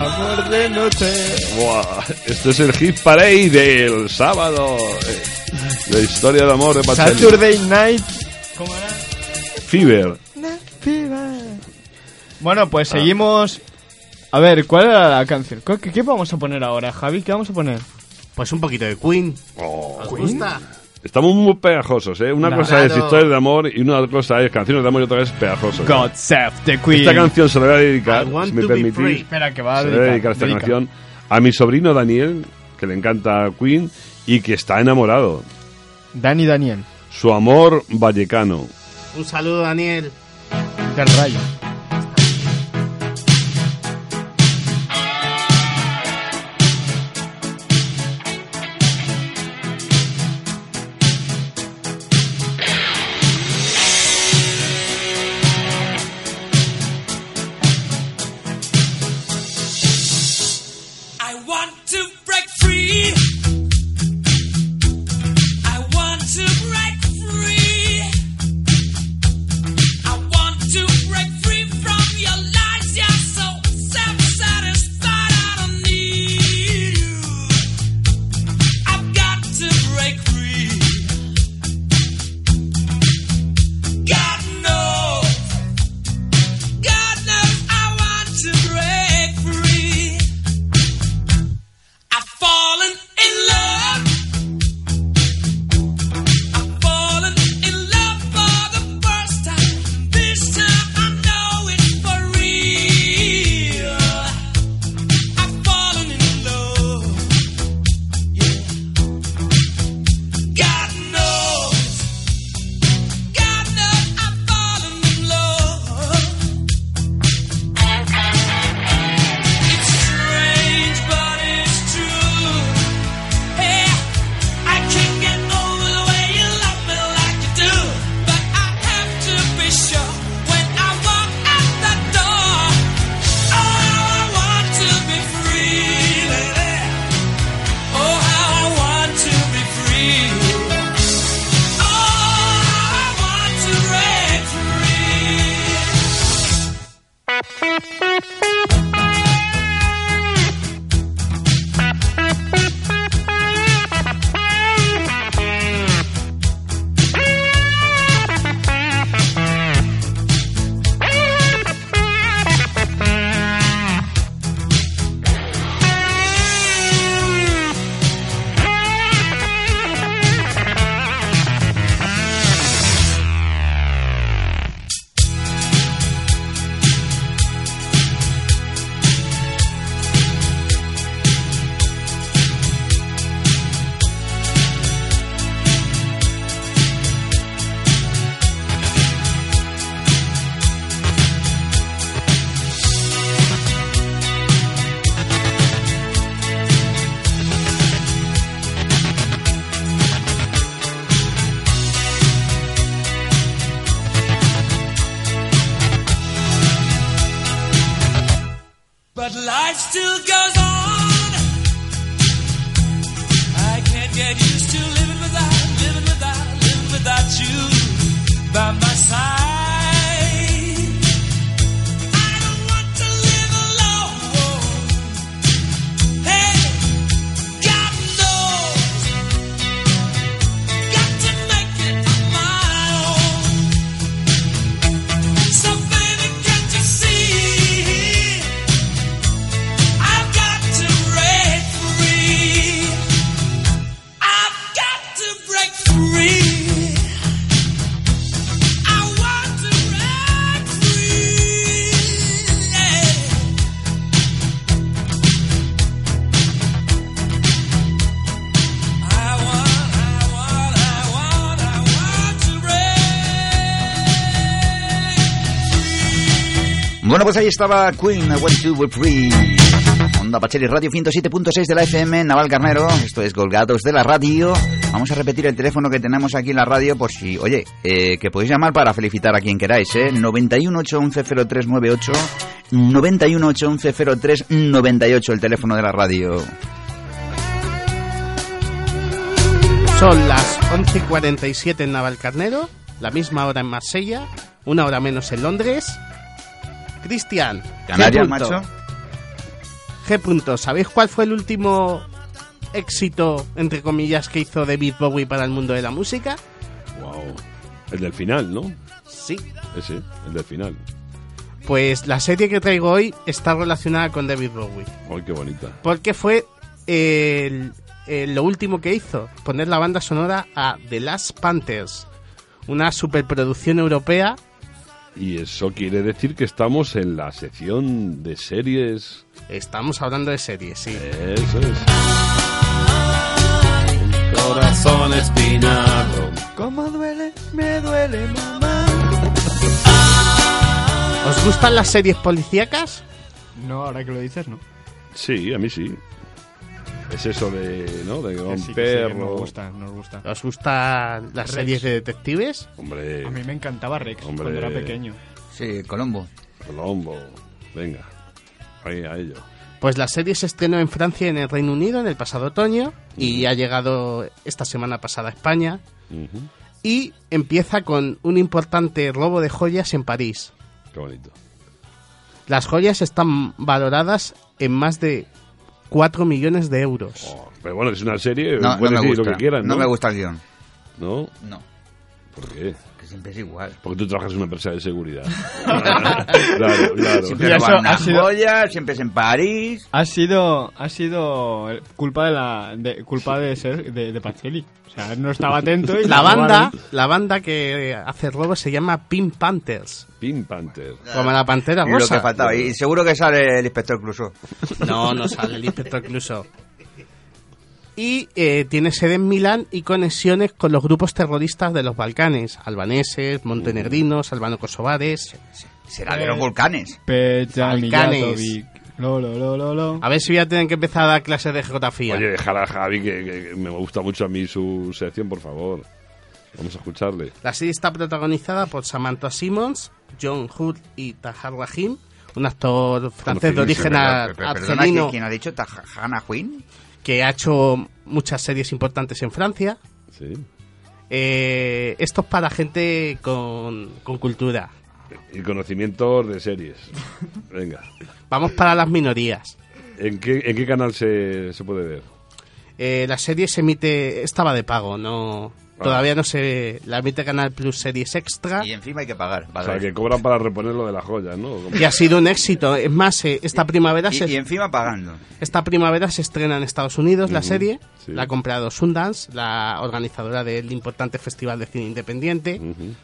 Speaker 2: Amor de noche.
Speaker 1: Buah, Esto es el hit parade del sábado. eh, La historia de amor de Patel.
Speaker 2: Saturday night. ¿Cómo era?
Speaker 1: Fever.
Speaker 2: Bueno, pues seguimos. A ver, ¿cuál era la canción? ¿Cu- ¿Qué, qué vamos a poner ahora, Javi? ¿Qué vamos a poner?
Speaker 3: Pues un poquito de Queen.
Speaker 1: Oh.
Speaker 3: ¿Os gusta?
Speaker 1: Estamos muy pegajosos, ¿eh? Una cosa es
Speaker 3: Claro.
Speaker 1: historias de amor y una cosa es canciones de amor y otra es pegajosos.
Speaker 2: God Save the Queen.
Speaker 1: Esta canción se la voy a dedicar,
Speaker 3: I want
Speaker 1: si me
Speaker 3: to be
Speaker 1: permitís.
Speaker 3: free.
Speaker 2: Espera, que va a
Speaker 1: Se le voy a dedicar esta
Speaker 2: dedica.
Speaker 1: canción a mi sobrino Daniel, que le encanta Queen y que está enamorado.
Speaker 2: Dani Daniel.
Speaker 1: Su amor vallecano.
Speaker 3: Un saludo, Daniel.
Speaker 2: Del rayo.
Speaker 4: I want to break free. I want to break free. I want to break free. oh, Oh, Oh, still goes on. I can't get used to living without, living without, living without you by my side. I don't want to live alone. Hey, God knows, got to make it on my own. So baby, can't you see? I've got to break free. I've got to break free. I want to break free. Yeah. I want, I want, I want, I want to break free.
Speaker 5: Bueno, pues ahí estaba Queen, I Want to Be Free. Onda Pacheli Radio 107.6 de la FM, Naval Carnero. Esto es Colgados de la Radio. Vamos a repetir el teléfono que tenemos aquí en la radio por si, oye, eh, que podéis llamar para felicitar a quien queráis, ¿eh? 91 811 0398 91 811 0398 el teléfono de la radio.
Speaker 3: Son las 11.47 en Navalcarnero, la misma hora en Marsella, una hora menos en Londres. Cristian, G.
Speaker 5: Canarias,
Speaker 3: punto.
Speaker 5: macho.
Speaker 3: G. punto, ¿Sabéis cuál fue el último éxito, entre comillas, que hizo David Bowie para el mundo de la música?
Speaker 1: Wow. El del final, ¿no?
Speaker 3: Sí.
Speaker 1: Ese, el del final.
Speaker 3: Pues la serie que traigo hoy está relacionada con David Bowie.
Speaker 1: Ay, qué bonita.
Speaker 3: Porque fue el- el- lo último que hizo, poner la banda sonora a The Last Panthers, una superproducción europea
Speaker 1: Y eso quiere decir que estamos en la sección de series.
Speaker 3: Estamos hablando de series, sí.
Speaker 1: Eso es. Corazón espinado.
Speaker 2: ¿Cómo duele? Me duele, mamá.
Speaker 3: ¿Os gustan las series policíacas?
Speaker 2: No, ahora que lo dices, no.
Speaker 1: Sí, a mí sí. Es eso de, ¿no? De
Speaker 2: Que
Speaker 1: un
Speaker 2: sí, que sí, que
Speaker 1: perro.
Speaker 2: nos gusta, nos gusta.
Speaker 3: ¿Os gustan las
Speaker 2: Rex.
Speaker 3: series de detectives?
Speaker 1: Hombre,
Speaker 2: A mí me encantaba Rex
Speaker 1: Hombre.
Speaker 2: cuando era pequeño.
Speaker 5: Sí, Colombo.
Speaker 1: Colombo. Venga. Ahí a ello.
Speaker 3: Pues la serie se estrenó en Francia y en el Reino Unido en el pasado otoño y ha llegado esta semana pasada a España
Speaker 1: Ujú.
Speaker 3: y empieza con un importante robo de joyas en París.
Speaker 1: Qué bonito.
Speaker 3: Las joyas están valoradas en más de 4 millones de euros.
Speaker 1: Oh, pero bueno, es una serie.
Speaker 5: No, no
Speaker 1: pueden
Speaker 5: me
Speaker 1: decir
Speaker 5: gusta.
Speaker 1: lo que quieran, ¿no?
Speaker 5: no me gusta el guión.
Speaker 1: ¿No?
Speaker 5: No,
Speaker 1: ¿Por qué?
Speaker 5: que siempre es igual.
Speaker 1: Porque tú trabajas en una empresa de
Speaker 5: [LAUGHS]
Speaker 1: seguridad. claro, claro.
Speaker 5: Siempre
Speaker 2: Ya
Speaker 5: roban
Speaker 2: eso ha
Speaker 5: las
Speaker 2: sido-
Speaker 5: joyas, siempre es en París.
Speaker 2: Ha sido, ha sido el- culpa de la, de, culpa de ser, de, de Pacelli. O sea, no estaba atento y
Speaker 3: La banda,
Speaker 5: ¿eh?
Speaker 2: robaron.
Speaker 3: la banda que hace robo se llama Pink Panthers,
Speaker 1: Pink Panther.
Speaker 3: como la pantera
Speaker 5: Lo
Speaker 3: rosa.
Speaker 5: que faltaba. Y seguro que sale el inspector Clouseau.
Speaker 3: No, no sale el inspector incluso. Y eh, tiene sede en Milán y conexiones con los grupos terroristas de los Balcanes, albaneses, montenegrinos, albano-kosovares.
Speaker 5: Será
Speaker 3: Eh,
Speaker 5: de los volcanes.
Speaker 2: Pechanilladovic. Lo, lo, lo, lo, lo.
Speaker 3: A ver si voy a tener que empezar a dar clases de geografía.
Speaker 1: Oye, dejar a Javi, que, que- que me gusta mucho a mí su sección, por favor. Vamos a escucharle.
Speaker 3: La serie está protagonizada por Samantha Simmons, John Hood y Tahar Rahim, un actor francés de origen
Speaker 5: Pero-
Speaker 3: ar-
Speaker 5: pero- pero- Perdona, ¿quién-
Speaker 3: argelino
Speaker 5: ¿quién ha dicho? Taj- ¿Hannah Quinn?
Speaker 3: que ha hecho muchas series importantes en Francia.
Speaker 1: Sí.
Speaker 3: Eh, esto es para gente con- con cultura.
Speaker 1: Y conocimientos de series. Venga.
Speaker 3: Vamos para las minorías.
Speaker 1: ¿En qué, en qué canal se, se puede ver?
Speaker 3: Eh, la serie se emite, estaba de pago, no
Speaker 1: Ah.
Speaker 3: todavía no se la emite Canal Plus Series Extra
Speaker 5: Y encima hay que pagar.
Speaker 1: O
Speaker 5: vale.
Speaker 1: sea, que cobran para reponer lo de las joyas, ¿no? Como-
Speaker 3: y ha sido un éxito. Es más, eh, esta primavera
Speaker 5: Y, y
Speaker 3: se,
Speaker 5: encima pagando.
Speaker 3: esta primavera se estrena en Estados Unidos la
Speaker 1: Ujú,
Speaker 3: serie.
Speaker 1: sí.
Speaker 3: La ha comprado Sundance, la organizadora del importante festival de cine independiente.
Speaker 1: Ujú.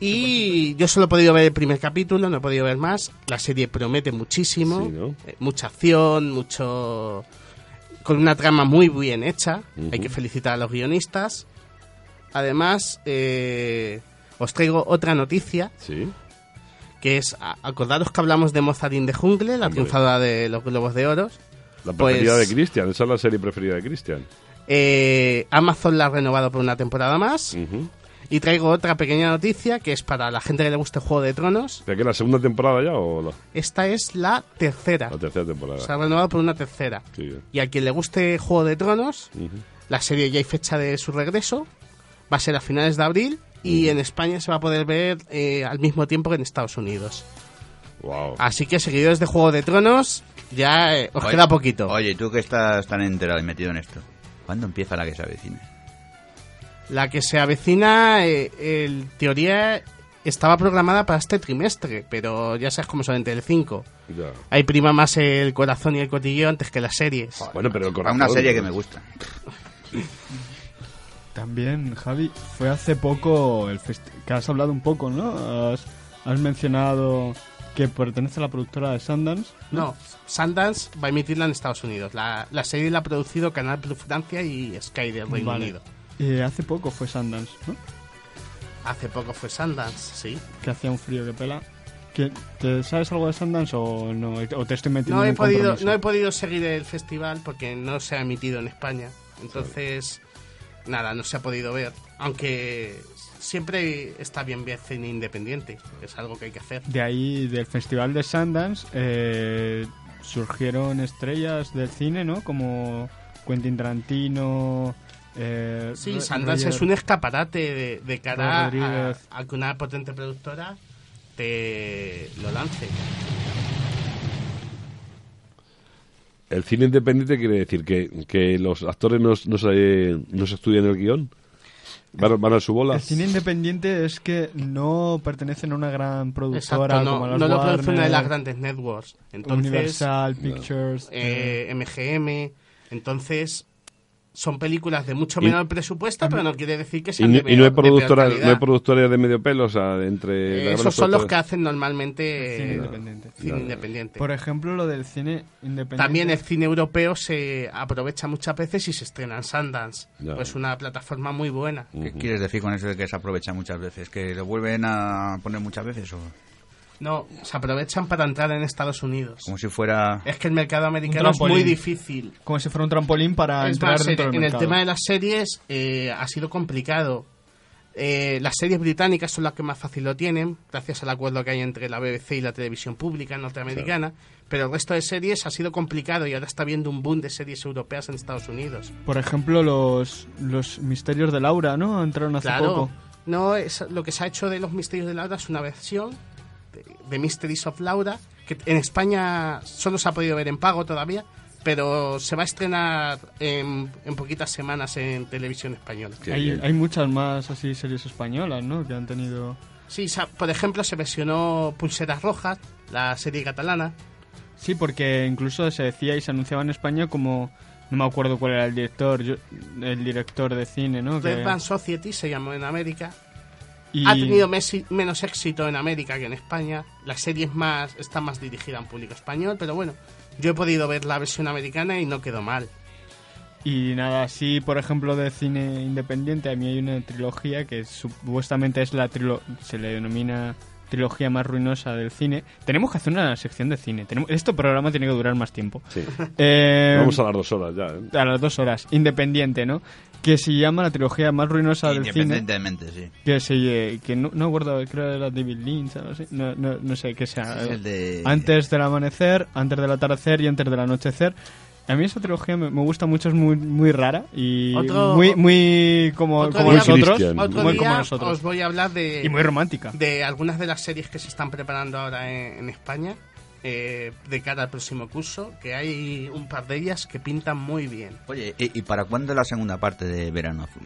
Speaker 3: Y yo solo he podido ver el primer capítulo, no he podido ver más. La serie promete muchísimo,
Speaker 1: Sí, ¿no?
Speaker 3: Eh, mucha acción, mucho con una trama muy bien hecha.
Speaker 1: Ujú.
Speaker 3: Hay que felicitar a los guionistas. Además, eh, os traigo otra noticia
Speaker 1: Sí.
Speaker 3: que es a- acordaros que hablamos de Mozart in the Jungle, la
Speaker 1: Hombre.
Speaker 3: triunfadora de los Globos de Oro.
Speaker 1: La
Speaker 3: Pues-
Speaker 1: preferida de Cristian. Esa es la serie preferida de Cristian.
Speaker 3: Eh, Amazon la ha renovado por una temporada más.
Speaker 1: Ujú.
Speaker 3: Y traigo otra pequeña noticia que es para la gente que le guste Juego de Tronos.
Speaker 1: ¿De qué, la segunda temporada ya o la,
Speaker 3: Esta es la tercera.
Speaker 1: la tercera temporada?
Speaker 3: Se ha renovado por una tercera.
Speaker 1: Sí, eh.
Speaker 3: Y a quien le guste Juego de Tronos,
Speaker 1: Ujú.
Speaker 3: la serie ya hay fecha de su regreso. Va a ser a finales de abril y en España se va a poder ver eh, al mismo tiempo que en Estados Unidos.
Speaker 1: Wow.
Speaker 3: Así que seguidores de Juego de Tronos, ya eh, os
Speaker 5: Oye-
Speaker 3: queda poquito.
Speaker 5: Oye, tú que estás tan enterado y metido en esto, ¿cuándo empieza la que se avecina?
Speaker 3: La que se avecina, eh, en teoría, estaba programada para este trimestre, pero ya sabes cómo son en Telecinco.
Speaker 1: Ya.
Speaker 3: Ahí prima más el corazón y el cotillo antes que las series.
Speaker 1: Bueno, pero el
Speaker 5: Para
Speaker 1: corazón,
Speaker 5: una serie que me gusta.
Speaker 2: También, Javi, fue hace poco el festi- que has hablado un poco, ¿no? Has, has mencionado que pertenece a la productora de Sundance.
Speaker 3: No, Sundance va a emitirla en Estados Unidos. La, la serie la ha producido Canal Plus Francia y Sky del Reino
Speaker 2: Vale.
Speaker 3: Unido.
Speaker 2: Eh, hace poco fue Sundance, ¿no?
Speaker 3: Hace poco fue Sundance, sí.
Speaker 2: Que hacía un frío que pela. ¿Que, ¿Te sabes algo de Sundance o no? ¿O te estoy metiendo
Speaker 3: No
Speaker 2: en
Speaker 3: he,
Speaker 2: un
Speaker 3: podido,
Speaker 2: compromiso?
Speaker 3: no he podido seguir el festival porque no se ha emitido en España. Entonces, nada, no se ha podido ver. Aunque siempre está bien ver cine independiente, que es algo que hay que hacer.
Speaker 2: De ahí, del festival de Sundance, eh, surgieron estrellas del cine, ¿no? Como Quentin Tarantino. Eh,
Speaker 3: Sí,
Speaker 2: Ro-
Speaker 3: Sundance es
Speaker 2: Roger-
Speaker 3: un escaparate de, de cara a,
Speaker 2: Rodríguez.
Speaker 3: a que una potente productora te lo lance.
Speaker 1: ¿El cine independiente quiere decir que, que los actores no, no se, no se estudian el guión? ¿Van, van a su bola?
Speaker 2: El cine independiente es que no pertenecen a una gran productora
Speaker 3: Exacto, no,
Speaker 2: como las
Speaker 3: no lo
Speaker 2: Warner,
Speaker 3: produce una de las grandes networks. Entonces,
Speaker 2: Universal Pictures.
Speaker 1: Mm.
Speaker 3: eh, MGM. Entonces, son películas de mucho
Speaker 1: Y-
Speaker 3: menor presupuesto, pero no quiere decir que
Speaker 1: Y,
Speaker 3: sean
Speaker 1: no-
Speaker 3: de
Speaker 1: y
Speaker 3: peor-
Speaker 1: no hay
Speaker 3: de peor
Speaker 1: productoras no hay
Speaker 3: calidad.
Speaker 1: productoras de medio pelo, o sea, entre...
Speaker 3: Eh,
Speaker 1: las
Speaker 3: esos
Speaker 1: grandes
Speaker 3: son los que
Speaker 1: productoras.
Speaker 3: hacen normalmente
Speaker 2: Cine
Speaker 3: eh,
Speaker 2: independiente.
Speaker 3: cine
Speaker 1: Ya, ya.
Speaker 3: independiente.
Speaker 2: Por ejemplo, lo del cine independiente.
Speaker 3: También el cine europeo se aprovecha muchas veces y se estrena en Sundance.
Speaker 1: Ya.
Speaker 3: Pues una plataforma muy buena.
Speaker 5: ¿Qué quieres decir con eso de que se aprovecha muchas veces? ¿Que lo vuelven a poner muchas veces o
Speaker 3: No, se aprovechan para entrar en Estados Unidos.
Speaker 5: como si fuera
Speaker 3: Es que el mercado americano es muy
Speaker 2: trampolín.
Speaker 3: difícil.
Speaker 2: Como si fuera un trampolín para
Speaker 3: Es
Speaker 2: entrar
Speaker 3: más, en,
Speaker 2: dentro del
Speaker 3: en el
Speaker 2: mercado.
Speaker 3: tema de las series eh, ha sido complicado. Eh, las series británicas son las que más fácil lo tienen, gracias al acuerdo que hay entre la BBC y la televisión pública norteamericana, pero el resto de series ha sido complicado y ahora está viendo un boom de series europeas en Estados Unidos.
Speaker 2: Por ejemplo, los, los misterios de Laura, ¿no? Entraron hace
Speaker 3: claro,
Speaker 2: poco.
Speaker 3: no es, lo que se ha hecho de Los Misterios de Laura es una versión de, de Mysteries of Laura, que en España solo se ha podido ver en pago todavía, pero se va a estrenar en, en poquitas semanas en televisión española.
Speaker 1: Que-
Speaker 2: hay,
Speaker 1: que-
Speaker 2: hay muchas más así series españolas, ¿no? Que han tenido.
Speaker 3: Sí, sa- por ejemplo, se mencionó Pulseras Rojas, la serie catalana.
Speaker 2: Sí, porque incluso se decía y se anunciaba en España como. No me acuerdo cuál era el director, yo- el director de cine, ¿no? Que-
Speaker 3: Red Band Society se llamó en América.
Speaker 2: y-
Speaker 3: Ha tenido mesi- menos éxito en América que en España. La serie es más, está más dirigida a un público español, pero bueno, yo he podido ver la versión americana y no quedó mal.
Speaker 2: Y nada, así por ejemplo de cine independiente, a mí hay una trilogía que supuestamente es la trilo se le denomina trilogía más ruinosa del cine. Tenemos que hacer una sección de cine. Tenemos este programa tiene que durar más tiempo.
Speaker 1: sí.
Speaker 2: Eh,
Speaker 1: Vamos a las dos horas ya, ¿eh?
Speaker 2: a las dos horas, independiente, ¿no? Que se llama la trilogía más ruinosa del cine.
Speaker 5: independientemente, sí.
Speaker 2: Que se eh, que no, no recuerdo, creo que era David Lynch, algo así. No, no, no sé qué sea.
Speaker 5: Es el de-
Speaker 2: Antes del amanecer, antes del atardecer y antes del anochecer. A mí esa trilogía me, me gusta mucho, es muy, muy rara y
Speaker 3: Otro-
Speaker 2: muy, muy como,
Speaker 3: Otro
Speaker 2: como
Speaker 3: día-
Speaker 2: nosotros.
Speaker 1: Christian.
Speaker 3: Otro
Speaker 2: muy
Speaker 3: día
Speaker 2: como nosotros.
Speaker 3: os voy a hablar de,
Speaker 2: Y muy romántica.
Speaker 3: de algunas de las series que se están preparando ahora en, en España eh, de cara al próximo curso, que hay un par de ellas que pintan muy bien.
Speaker 5: Oye, ¿y, y para cuándo la segunda parte de Verano Azul?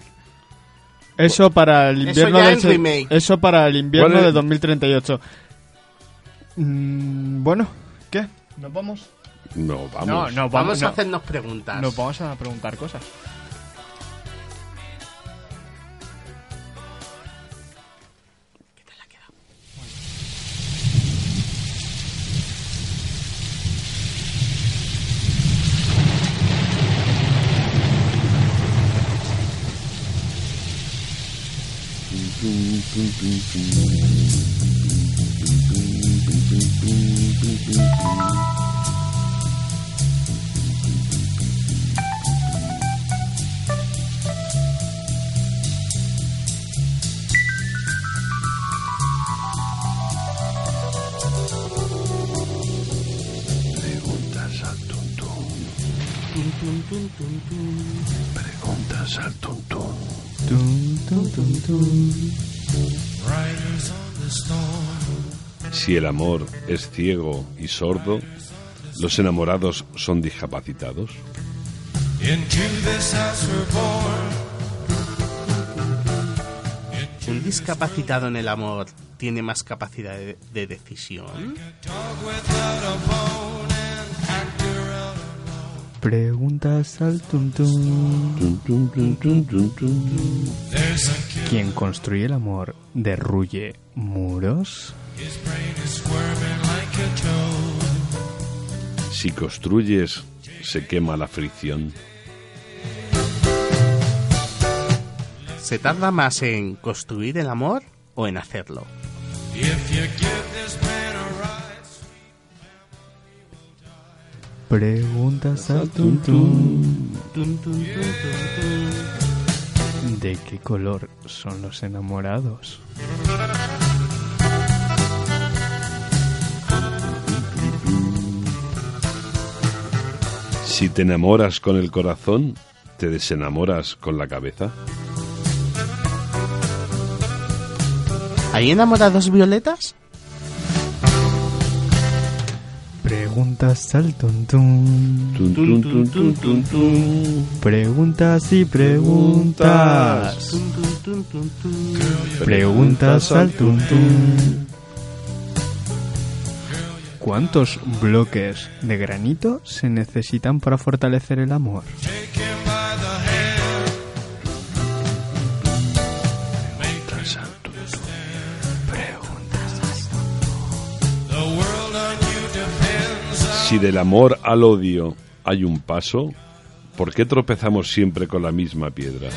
Speaker 2: Eso para el
Speaker 3: Eso
Speaker 2: invierno
Speaker 3: ya
Speaker 2: de
Speaker 3: en
Speaker 2: ese-
Speaker 3: remake.
Speaker 2: Eso para el invierno
Speaker 1: ¿Cuál es?
Speaker 2: de 2038. Mm, bueno, ¿qué? ¿Nos vamos?
Speaker 1: No, vamos.
Speaker 2: No, no,
Speaker 3: Vamos,
Speaker 2: vamos,
Speaker 3: a
Speaker 2: no.
Speaker 3: hacernos preguntas.
Speaker 2: Nos vamos a preguntar cosas.
Speaker 3: tun, tun, tun.
Speaker 1: Preguntas al tuntún. Si el amor es ciego y sordo, ¿los enamorados son discapacitados?
Speaker 4: Into this house we're born.
Speaker 3: ¿Un discapacitado en el amor tiene más capacidad de, de decisión?
Speaker 2: Preguntas al tuntún.
Speaker 4: There's a kid,
Speaker 2: ¿Quién construye el amor derruye muros?
Speaker 4: his brain is squirming like a toad.
Speaker 1: Si construyes, se quema la fricción.
Speaker 3: ¿Se tarda más en construir el amor o en hacerlo?
Speaker 4: If you give this man a ride,
Speaker 2: Preguntas al tuntún.
Speaker 3: Tun, tun, tun, tun, tun.
Speaker 2: ¿De qué color son los enamorados?
Speaker 1: Si te enamoras con el corazón, ¿te desenamoras con la cabeza?
Speaker 3: ¿Hay enamorados violetas?
Speaker 2: Preguntas al tuntún.
Speaker 1: Tun, tun, tun, tun, tun, tun.
Speaker 2: Preguntas y preguntas.
Speaker 3: Tun, tun, tun, tun, tun.
Speaker 2: Preguntas al tuntún. ¿Cuántos bloques de granito se necesitan para fortalecer el amor?
Speaker 4: the world on you depends.
Speaker 1: Si del amor al odio hay un paso, ¿por qué tropezamos siempre con la misma piedra?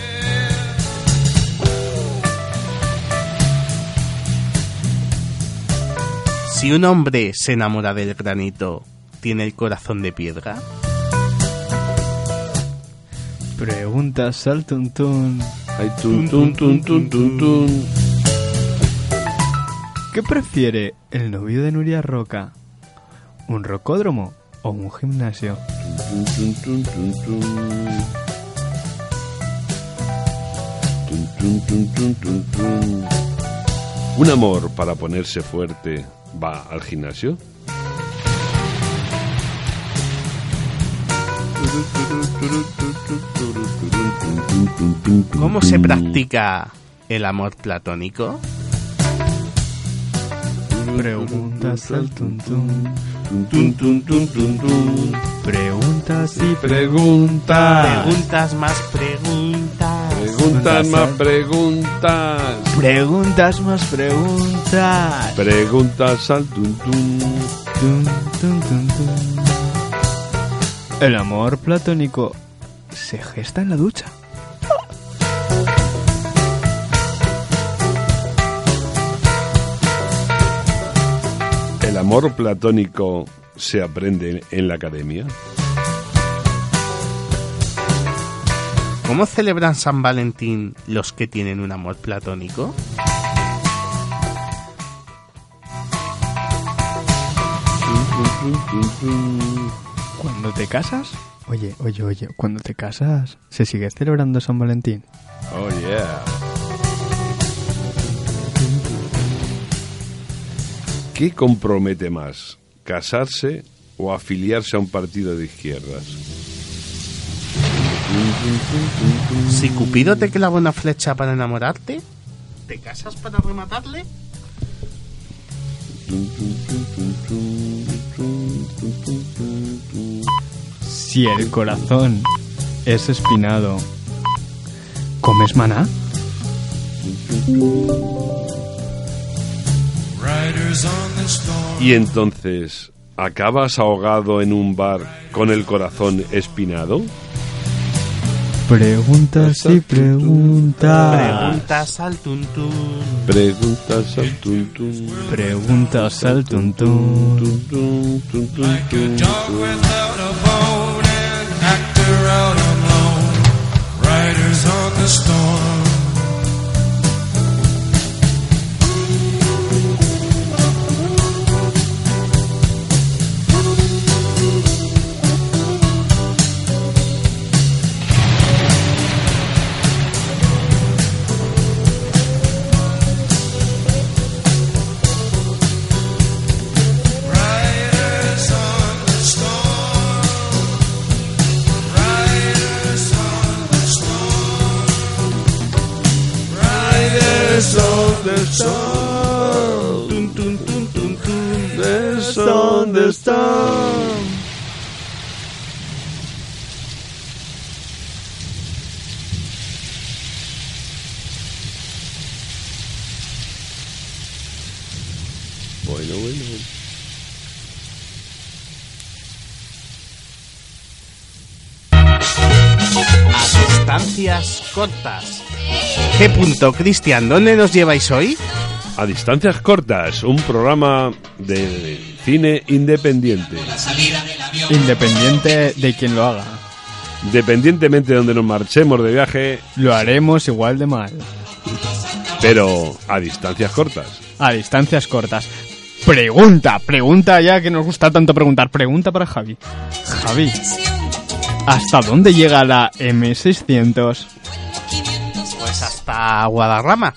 Speaker 3: Si un hombre se enamora del granito, ¿tiene el corazón de piedra?
Speaker 2: Preguntas al tuntún.
Speaker 1: Ay, tun, tun, tun, tun, tun, tun.
Speaker 2: ¿Qué prefiere el novio de Nuria Roca? ¿Un rocódromo o un gimnasio?
Speaker 1: Tun, tun, tun, tun, tun. Tun, tun, tun, tun, tun, tun. ¿Un amor para ponerse fuerte va al gimnasio?
Speaker 3: ¿Cómo se practica el amor platónico?
Speaker 2: Preguntas al tuntún.
Speaker 1: Tun, tun, tun, tun, tun.
Speaker 2: Preguntas y Ah.
Speaker 1: Preguntas.
Speaker 3: Preguntas más preguntas.
Speaker 1: Preguntas más
Speaker 3: ¿eh?
Speaker 1: preguntas.
Speaker 2: preguntas más preguntas.
Speaker 1: Preguntas al tuntún.
Speaker 2: Tun, tun, tun, tun. El amor platónico se gesta en la ducha.
Speaker 1: ¿El amor platónico se aprende en la academia?
Speaker 3: ¿Cómo celebran San Valentín los que tienen un amor platónico?
Speaker 2: Cuando te casas. Oye, oye, oye, cuando te casas, ¿se sigue celebrando San Valentín?
Speaker 1: Oh yeah. ¿Qué compromete más? ¿Casarse o afiliarse a un partido de izquierdas?
Speaker 3: Si Cupido te clava una flecha para enamorarte, ¿te casas para rematarle?
Speaker 2: Si el corazón es espinado, ¿comes maná?
Speaker 4: Riders on the storm.
Speaker 1: Y entonces, ¿acabas ahogado en un bar con el corazón espinado?
Speaker 2: Preguntas y
Speaker 1: Ah.
Speaker 2: preguntas.
Speaker 3: Preguntas al tuntún.
Speaker 1: Preguntas al tuntún.
Speaker 2: Preguntas al tuntún.
Speaker 1: tuntún, tuntún, tuntún.
Speaker 4: Dog without a bone, an actor out alone. Riders on the storm.
Speaker 1: ¿Dónde están? Tun, tun, tun, tun, tun. ¿Dónde ¿Dónde están? Bueno, bueno.
Speaker 3: a distancias cortas. ¿Qué punto, Cristian? ¿Dónde nos lleváis hoy?
Speaker 1: A distancias cortas, un programa de cine independiente.
Speaker 2: Independiente de quien lo haga.
Speaker 1: Dependientemente de donde nos marchemos de viaje,
Speaker 2: Lo haremos igual de mal.
Speaker 1: pero a distancias cortas.
Speaker 2: A distancias cortas. Pregunta, pregunta ya que nos gusta tanto preguntar. Pregunta para Javi. Javi, ¿hasta dónde llega la M600?
Speaker 3: Pues hasta Guadarrama.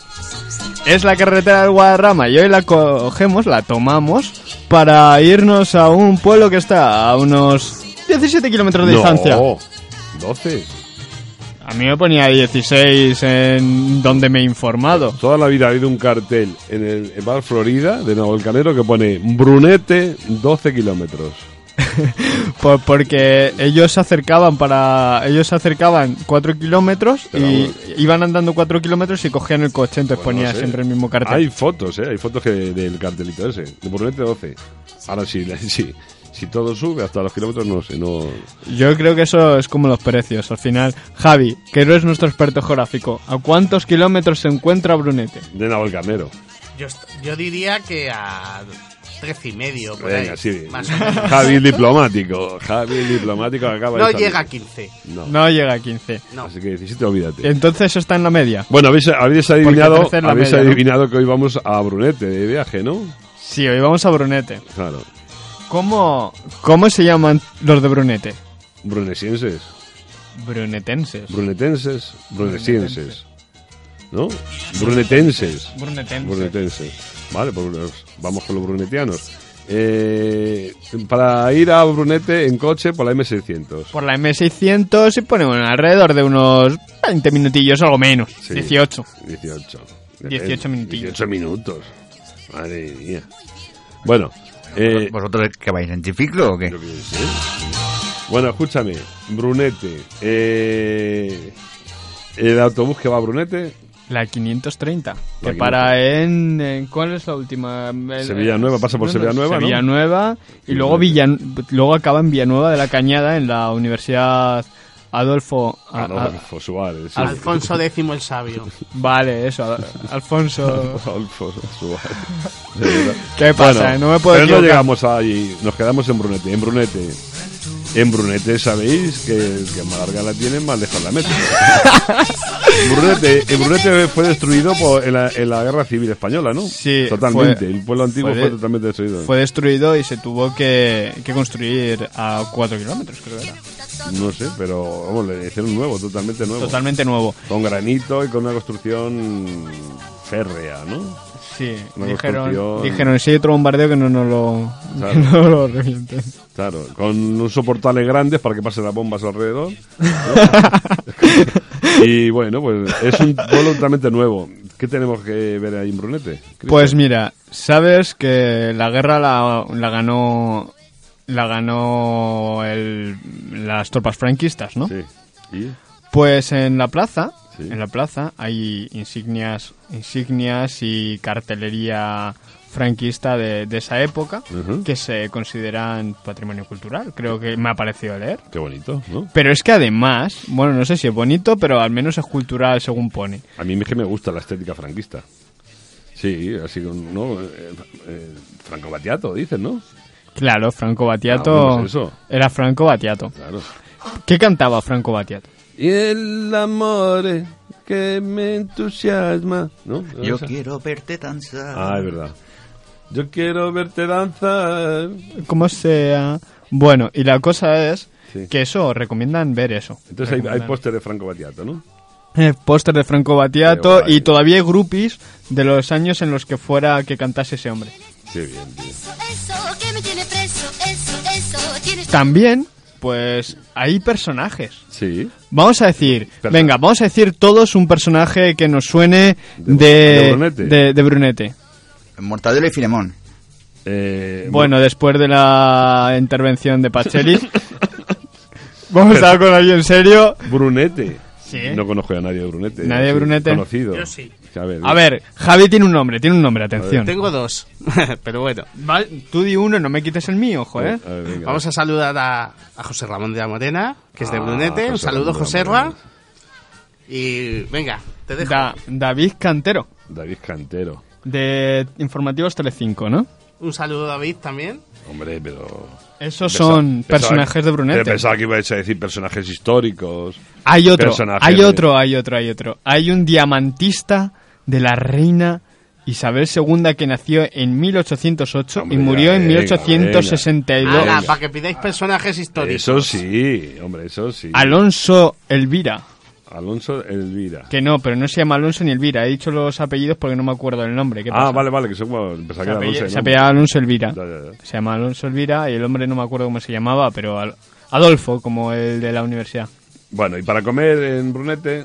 Speaker 2: Es la carretera del Guadarrama y hoy la cogemos, la tomamos para irnos a un pueblo que está a unos 17 kilómetros de distancia.
Speaker 1: No, 12.
Speaker 2: A mí me ponía 16 en donde me he informado.
Speaker 1: Toda la vida ha habido un cartel en el en Bar Florida de Nuevo Canero que pone Brunete 12 kilómetros.
Speaker 2: Por- porque ellos se acercaban para ellos se acercaban 4 kilómetros
Speaker 1: Pero
Speaker 2: y
Speaker 1: vamos.
Speaker 2: iban andando 4 kilómetros y cogían el coche entonces
Speaker 1: Bueno,
Speaker 2: ponía
Speaker 1: no sé.
Speaker 2: siempre el mismo cartel
Speaker 1: Hay fotos, ¿eh? Hay fotos que del cartelito ese, de Brunete 12. Ahora sí, la- sí. Si todo sube hasta los kilómetros, no sé, no...
Speaker 2: yo creo que eso es como los precios al final Javi que no es nuestro experto geográfico a cuántos kilómetros se encuentra Brunete
Speaker 1: De Navalcarnero.
Speaker 3: Yo, est- yo diría que a trece y medio. Por
Speaker 1: Venga,
Speaker 3: ahí,
Speaker 1: sí. bien.
Speaker 3: Más o
Speaker 1: [LAUGHS]
Speaker 3: menos.
Speaker 1: Javi el diplomático. Javi el diplomático que acaba
Speaker 3: No
Speaker 1: de salir.
Speaker 3: llega
Speaker 1: [LAUGHS]
Speaker 3: a 15.
Speaker 1: No.
Speaker 2: no llega a 15
Speaker 3: No.
Speaker 1: Así que 17, olvídate.
Speaker 2: entonces está en la media
Speaker 1: Bueno, habéis, habéis adivinado,
Speaker 2: crece en la
Speaker 1: habéis
Speaker 2: media, ¿no?
Speaker 1: adivinado que hoy vamos a Brunete de viaje, ¿no?
Speaker 2: sí hoy vamos a Brunete
Speaker 1: Claro.
Speaker 2: ¿cómo, cómo se llaman los de Brunete?
Speaker 1: Brunesienses.
Speaker 2: Brunetenses
Speaker 1: Brunetenses. Brunesienses. ¿No? Brunetenses.
Speaker 2: Brunetenses
Speaker 1: Brunetenses. Vale, pues los- vamos con los brunetianos. Eh, para ir a Brunete en coche por la M600.
Speaker 2: por la M600 y ponemos alrededor de unos 20 minutillos, algo menos.
Speaker 1: Sí.
Speaker 2: 18.
Speaker 1: 18.
Speaker 2: 18 minutillos.
Speaker 1: 18 minutos. Madre mía. Bueno, eh,
Speaker 5: ¿Vosotros que vais en ciclo o qué?
Speaker 1: yo qué sé. bueno, escúchame, Brunete. eh, el autobús que va a Brunete,
Speaker 2: La 530. que
Speaker 1: 530.
Speaker 2: para en, en- ¿Cuál es la última? En-
Speaker 1: Sevilla Nueva, pasa por Sevilla Nueva, ¿no?
Speaker 2: Sevilla Nueva y
Speaker 1: Sí,
Speaker 2: luego,
Speaker 1: sí.
Speaker 2: Villan luego acaba en Villanueva de la Cañada en la Universidad Adolfo. a- a-
Speaker 1: Ah, Adolfo Suárez. sí. [LAUGHS]
Speaker 3: Alfonso X el sabio.
Speaker 2: vale, eso, Ad- Alfonso. [LAUGHS]
Speaker 1: Adolfo Suárez. De verdad.
Speaker 2: ¿Qué pasa?
Speaker 1: Bueno,
Speaker 2: eh? No me puedo
Speaker 1: Pero no
Speaker 2: equivocar.
Speaker 1: llegamos allí, nos quedamos en Brunete, en Brunete. En Brunete sabéis que el que más larga la tiene, más lejos la
Speaker 2: [LAUGHS]
Speaker 1: mete. Brunete, en Brunete fue destruido por- en, la, en la Guerra Civil Española, ¿no?
Speaker 2: Sí,
Speaker 1: Totalmente.
Speaker 2: fue-
Speaker 1: el pueblo antiguo
Speaker 2: fue
Speaker 1: fue,
Speaker 2: de-
Speaker 1: totalmente destruido.
Speaker 2: Fue destruido y se tuvo que, que construir a 4 kilómetros, creo que era.
Speaker 1: No sé, pero vamos, le hicieron nuevo, totalmente nuevo.
Speaker 2: Totalmente nuevo.
Speaker 1: Con granito y con una construcción férrea, ¿no?
Speaker 2: Sí,
Speaker 1: Una
Speaker 2: dijeron,
Speaker 1: construcción.
Speaker 2: dijeron si hay otro bombardeo que no nos lo,
Speaker 1: Claro.
Speaker 2: que [LAUGHS] no
Speaker 1: [LAUGHS]
Speaker 2: lo revienten.
Speaker 1: Claro, con unos soportales grandes para que pasen las bombas alrededor. Y bueno, pues es un pueblo totalmente nuevo. ¿Qué tenemos que ver ahí en Brunete? Cristo?
Speaker 2: Pues mira, sabes que la guerra la, la ganó la ganó el- las tropas franquistas, ¿no?
Speaker 1: Sí. ¿Y?
Speaker 2: Pues en la plaza,
Speaker 1: Sí.
Speaker 2: en la plaza hay insignias, insignias y cartelería franquista de, de esa época
Speaker 1: Ujú.
Speaker 2: que se consideran patrimonio cultural. Creo que me ha parecido leer.
Speaker 1: Qué bonito, ¿no?
Speaker 2: Pero es que además, bueno, no sé si es bonito, pero al menos es cultural según pone.
Speaker 1: A mí es que me gusta la estética franquista. Sí, así con, ¿no? Eh, eh, Franco Batiato, dicen, ¿no?
Speaker 2: Claro, Franco
Speaker 1: Ah,
Speaker 2: Batiato.
Speaker 1: bueno, es eso.
Speaker 2: Era Franco Batiato.
Speaker 1: Claro.
Speaker 2: ¿Qué cantaba Franco Batiato?
Speaker 1: Y el amor que me entusiasma, ¿no?
Speaker 5: Yo
Speaker 1: Esa.
Speaker 5: quiero verte danzar.
Speaker 1: Ah, es verdad. Yo quiero verte danzar.
Speaker 2: Como sea. Bueno, y la cosa es
Speaker 1: Sí.
Speaker 2: que eso, recomiendan ver eso.
Speaker 1: Entonces hay, hay
Speaker 2: Recomiendan.
Speaker 1: póster de Franco Batiato, ¿no?
Speaker 2: Eh, póster de Franco
Speaker 1: Qué
Speaker 2: Batiato
Speaker 1: guay.
Speaker 2: y todavía hay groupies de los años en los que fuera que cantase ese hombre.
Speaker 1: Qué bien, tío.
Speaker 6: Eso, eso, que me tiene preso, eso, eso, tienes
Speaker 2: También pues hay personajes.
Speaker 1: Sí.
Speaker 2: Vamos a decir,
Speaker 1: Persona-
Speaker 2: venga, vamos a decir todos un personaje que nos suene de,
Speaker 1: de Brunete.
Speaker 2: de- de Brunete.
Speaker 5: Mortadelo y Filemón.
Speaker 1: Eh,
Speaker 2: Bueno, después de la intervención de Pacelli, vamos a hablar con alguien serio.
Speaker 1: Brunete.
Speaker 2: Sí.
Speaker 1: No conozco a nadie de Brunete.
Speaker 2: ¿Nadie de
Speaker 1: así,
Speaker 2: Brunete?
Speaker 1: Conocido.
Speaker 3: Yo sí.
Speaker 1: A ver,
Speaker 2: A ver, Javi tiene un nombre, tiene un nombre, atención.
Speaker 3: Tengo dos, [LAUGHS] pero bueno.
Speaker 2: Vale, tú di uno, no me quites el mío, ojo, ¿eh?
Speaker 1: a ver, venga.
Speaker 3: Vamos a saludar a, a José Ramón de la Morena, que es de
Speaker 1: Ah,
Speaker 3: Brunete. Un
Speaker 1: José
Speaker 3: saludo,
Speaker 1: Ramón de la
Speaker 3: José
Speaker 1: Morena.
Speaker 3: Y venga, te dejo.
Speaker 2: Da- David Cantero,
Speaker 1: David Cantero.
Speaker 2: de Informativos Telecinco, ¿no?
Speaker 3: Un saludo, David, también.
Speaker 1: Hombre, pero...
Speaker 2: Esos
Speaker 1: pensaba-
Speaker 2: son
Speaker 1: pensaba-
Speaker 2: personajes de
Speaker 1: pero
Speaker 2: Brunete.
Speaker 1: Pensaba que ibais a decir personajes históricos.
Speaker 2: Hay otro,
Speaker 1: personajes
Speaker 2: hay
Speaker 1: de-
Speaker 2: otro, hay otro, hay otro. Hay un diamantista de la reina Isabel II que nació en 1808
Speaker 1: Hombre,
Speaker 2: y murió
Speaker 1: ya,
Speaker 2: en
Speaker 1: venga,
Speaker 2: 1862.
Speaker 1: venga.
Speaker 3: Ala, para que pidáis personajes históricos.
Speaker 1: Eso sí, hombre, eso sí.
Speaker 2: Alonso Elvira,
Speaker 1: Alonso Elvira.
Speaker 2: que no, pero no se llama Alonso ni Elvira. He dicho los apellidos porque no me acuerdo el nombre. ¿Qué
Speaker 1: Ah,
Speaker 2: pasa?
Speaker 1: vale, vale, que son como... Pensaba
Speaker 2: Se
Speaker 1: que era Alonso,
Speaker 2: apellida-
Speaker 1: ¿no?
Speaker 2: se apellidaba Alonso Elvira.
Speaker 1: Ya, ya, ya.
Speaker 2: Se llama Alonso Elvira y el hombre no me acuerdo cómo se llamaba, pero Al- Adolfo, como el de la universidad.
Speaker 1: Bueno, y para comer en Brunete...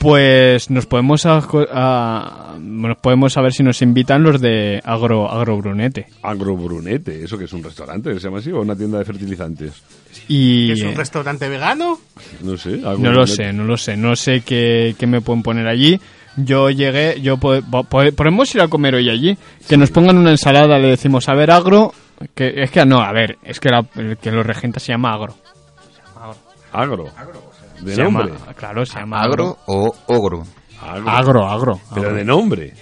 Speaker 2: Pues nos podemos a- a- nos podemos saber si nos invitan los de Agro Agrobrunete.
Speaker 1: Agrobrunete, eso que es un restaurante, se llama así, o una tienda de fertilizantes.
Speaker 2: Y
Speaker 3: ¿Que ¿Es un restaurante vegano?
Speaker 1: No sé.
Speaker 2: no
Speaker 1: Agrobrunete.
Speaker 2: lo sé, no lo sé, no sé qué, qué me pueden poner allí. Yo llegué, yo po- po- po- podemos ir a comer hoy allí, que nos pongan una ensalada, le decimos, a ver, agro, que es que no, a ver, es que la- el que lo regenta se llama agro.
Speaker 1: Agro. De
Speaker 2: Se llama-
Speaker 1: nombre.
Speaker 2: claro, se llama
Speaker 5: Agro o ogro.
Speaker 1: Agro.
Speaker 2: Agro, agro.
Speaker 1: Pero
Speaker 2: agro.
Speaker 1: de nombre.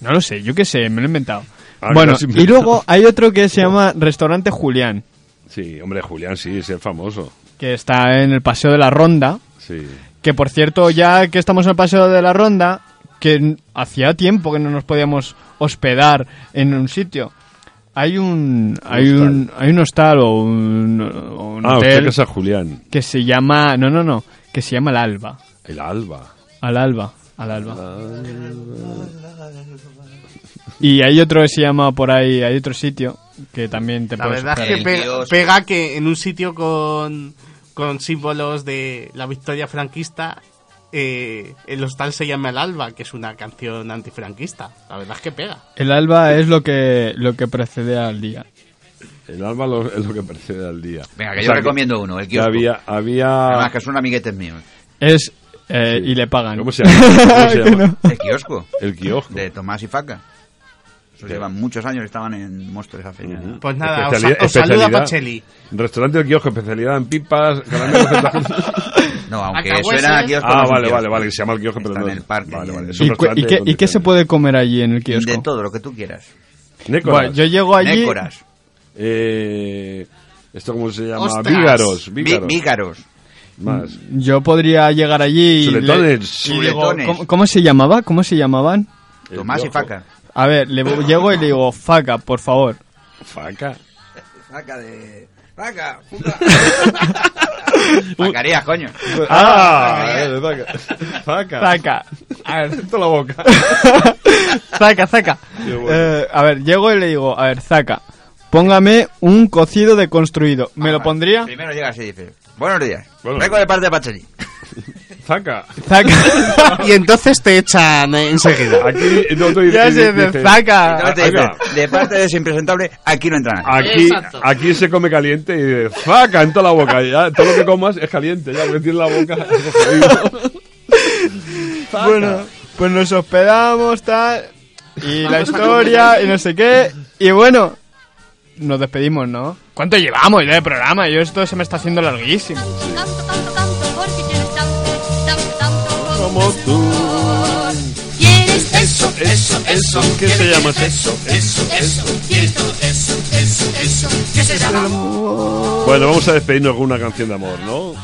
Speaker 2: No lo sé, yo qué sé, me lo he inventado.
Speaker 1: Ah,
Speaker 2: bueno,
Speaker 1: casi me-
Speaker 2: y luego hay otro que se llama Restaurante Julián,
Speaker 1: Sí, hombre, Julián sí, es el famoso.
Speaker 2: que está en el Paseo de la Ronda,
Speaker 1: Sí.
Speaker 2: que por cierto, ya que estamos en el Paseo de la Ronda, que n- hacía tiempo que no nos podíamos hospedar en un sitio. Hay un hay
Speaker 1: hostal.
Speaker 2: un hay un hostal o un, o un
Speaker 1: Ah, usted
Speaker 2: hotel
Speaker 1: que es a Julián.
Speaker 2: que se llama, no, no, no, que se llama El Alba.
Speaker 1: El Alba.
Speaker 2: Al alba, al alba. Y hay otro que se llama por ahí, hay otro sitio que también te
Speaker 3: La
Speaker 2: puedes
Speaker 3: verdad es que
Speaker 2: hospedar.
Speaker 5: Pero
Speaker 3: pe-
Speaker 5: el dios-
Speaker 3: pega que en un sitio con, con símbolos de la victoria franquista, eh, el hostal se llama El Alba, que es una canción antifranquista. La verdad es que pega.
Speaker 2: El alba es lo que lo que precede al día.
Speaker 1: El Alba lo- es lo que precede al día.
Speaker 5: Venga,
Speaker 1: O
Speaker 5: que yo
Speaker 1: sea,
Speaker 5: recomiendo uno, el
Speaker 1: que
Speaker 5: kiosco.
Speaker 1: había,
Speaker 5: Además,
Speaker 1: había...
Speaker 5: que son amiguetes míos.
Speaker 2: Es eh,
Speaker 1: Sí.
Speaker 2: y le pagan.
Speaker 1: ¿Cómo se llama?
Speaker 2: [LAUGHS]
Speaker 1: ¿Cómo se
Speaker 2: Que
Speaker 1: llama?
Speaker 2: no.
Speaker 5: El kiosco.
Speaker 1: [LAUGHS] El kiosco.
Speaker 5: De Tomás y Faca. Eso llevan muchos años, estaban en Monstruos esa feria.
Speaker 1: Ujú.
Speaker 3: Pues nada, os,
Speaker 1: Especiali-
Speaker 3: os saluda
Speaker 1: especialidad.
Speaker 3: Pacelli.
Speaker 1: Restaurante del kiosco, especialidad en pipas, [LAUGHS] caramelos,
Speaker 5: No, aunque
Speaker 3: Alcahuetes.
Speaker 5: suena a kiosco. no
Speaker 1: Ah,
Speaker 5: es un
Speaker 1: vale,
Speaker 5: kiosco.
Speaker 1: vale, vale, que se llama el kiosco, pero
Speaker 5: Está
Speaker 1: no.
Speaker 5: en el parque.
Speaker 1: Vale, vale, es
Speaker 2: ¿Y,
Speaker 1: un
Speaker 2: cu-
Speaker 1: restaurante
Speaker 2: y qué,
Speaker 1: donde
Speaker 2: y qué se
Speaker 1: tienen-
Speaker 2: puede comer allí en el
Speaker 5: De
Speaker 2: kiosco?
Speaker 5: todo, lo que tú quieras.
Speaker 1: Nécoras.
Speaker 2: Bueno, yo llego allí.
Speaker 5: Nécoras.
Speaker 1: Eh, ¿Esto cómo se llama?
Speaker 3: Ostras.
Speaker 1: Vígaros.
Speaker 5: Ví-
Speaker 1: Pues Vígaros.
Speaker 5: Vígaros.
Speaker 1: Más.
Speaker 2: Yo podría llegar allí y, le-
Speaker 1: Chuletones.
Speaker 2: y digo,
Speaker 5: Chuletones.
Speaker 2: ¿cómo, cómo se llamaba? ¿Cómo se llamaban?
Speaker 1: El
Speaker 5: Tomás y
Speaker 1: kiosco.
Speaker 5: Faca.
Speaker 2: A ver, le llego y le digo, "Faca, por favor."
Speaker 1: Faca.
Speaker 5: Faca de... Faca. [LAUGHS]
Speaker 1: [LAUGHS]
Speaker 5: Facarías, coño.
Speaker 1: Ah, eh, faca. Faca. [LAUGHS]
Speaker 2: Faca. A ver,
Speaker 1: Siento la boca.
Speaker 2: Zaca, Zaca.
Speaker 1: Qué bueno.
Speaker 2: Eh, a ver, llego y le digo, a ver, Zaca, póngame un cocido deconstruido. ¿Me
Speaker 5: Ah,
Speaker 2: lo pondría?
Speaker 5: Primero llegas y dices, buenos días.
Speaker 1: Buenos
Speaker 5: Vengo de parte de Pacheli.
Speaker 1: Faca.
Speaker 2: Zaca.
Speaker 1: [LAUGHS]
Speaker 3: Y entonces te echan eh, enseguida.
Speaker 1: Aquí no estoy
Speaker 2: ya se
Speaker 1: dice-
Speaker 2: dice, Zaca.
Speaker 5: Entonces te dicen,
Speaker 1: Venga.
Speaker 5: de parte de ese impresentable, aquí no entra nadie.
Speaker 1: Aquí,
Speaker 3: Exacto.
Speaker 1: aquí se come caliente y de faca en toda la boca. Ya, todo lo que comas es caliente, ya porque tiene la boca.
Speaker 2: Bueno, pues nos hospedamos, tal. Y la historia, y no sé qué. Y bueno, nos despedimos, ¿no? ¿Cuánto llevamos ya de programa? Yo esto se me está haciendo larguísimo.
Speaker 6: Canto, canto, canto, porque quieres tanto, tanto, tanto
Speaker 1: Como tú.
Speaker 6: Quieres eso,
Speaker 1: Eso, eso, ¿qué se llama eso?
Speaker 6: eso, quieres todo eso, eso, eso, que se llama
Speaker 1: Bueno, vamos a despedirnos con una canción de amor, ¿no?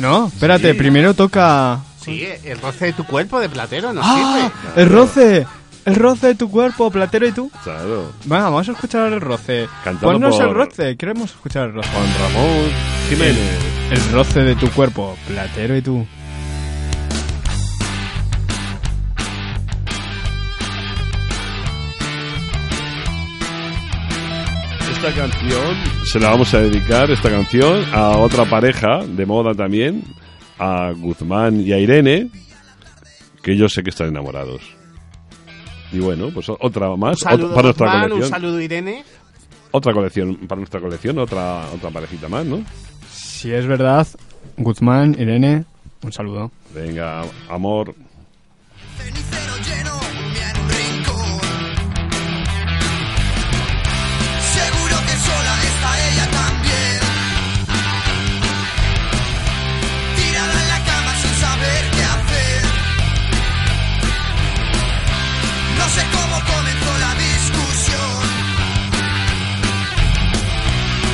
Speaker 2: No, espérate, primero toca...
Speaker 3: Sí, el roce de tu cuerpo de platero nos
Speaker 2: ¡Ah!
Speaker 3: sirve.
Speaker 2: El roce. El roce de tu cuerpo, platero y tú.
Speaker 1: Claro.
Speaker 2: Venga, vamos a escuchar el roce.
Speaker 1: Cantado
Speaker 2: Ponnos
Speaker 1: por-
Speaker 2: el roce, queremos escuchar el roce.
Speaker 1: Juan Ramón Jiménez.
Speaker 2: El roce de tu cuerpo, platero y tú.
Speaker 1: Esta esta canción se la vamos a dedicar, esta canción, a otra pareja de moda también, a Guzmán y a Irene, que yo sé que están enamorados. Y bueno, pues o- otra
Speaker 3: Un
Speaker 1: más,
Speaker 3: saludo,
Speaker 1: otra- para nuestra
Speaker 3: Guzmán, un
Speaker 1: colección.
Speaker 3: saludo Irene.
Speaker 1: Otra colección, para nuestra colección, otra, otra parejita más, ¿no?
Speaker 2: Si es verdad, Guzmán, Irene, un saludo.
Speaker 1: Venga, amor.
Speaker 4: Cenicero lleno, mira en un rincón. Seguro que sola está ella también. Tirada en la cama sin saber qué hacer. No sé cómo comenzó la discusión.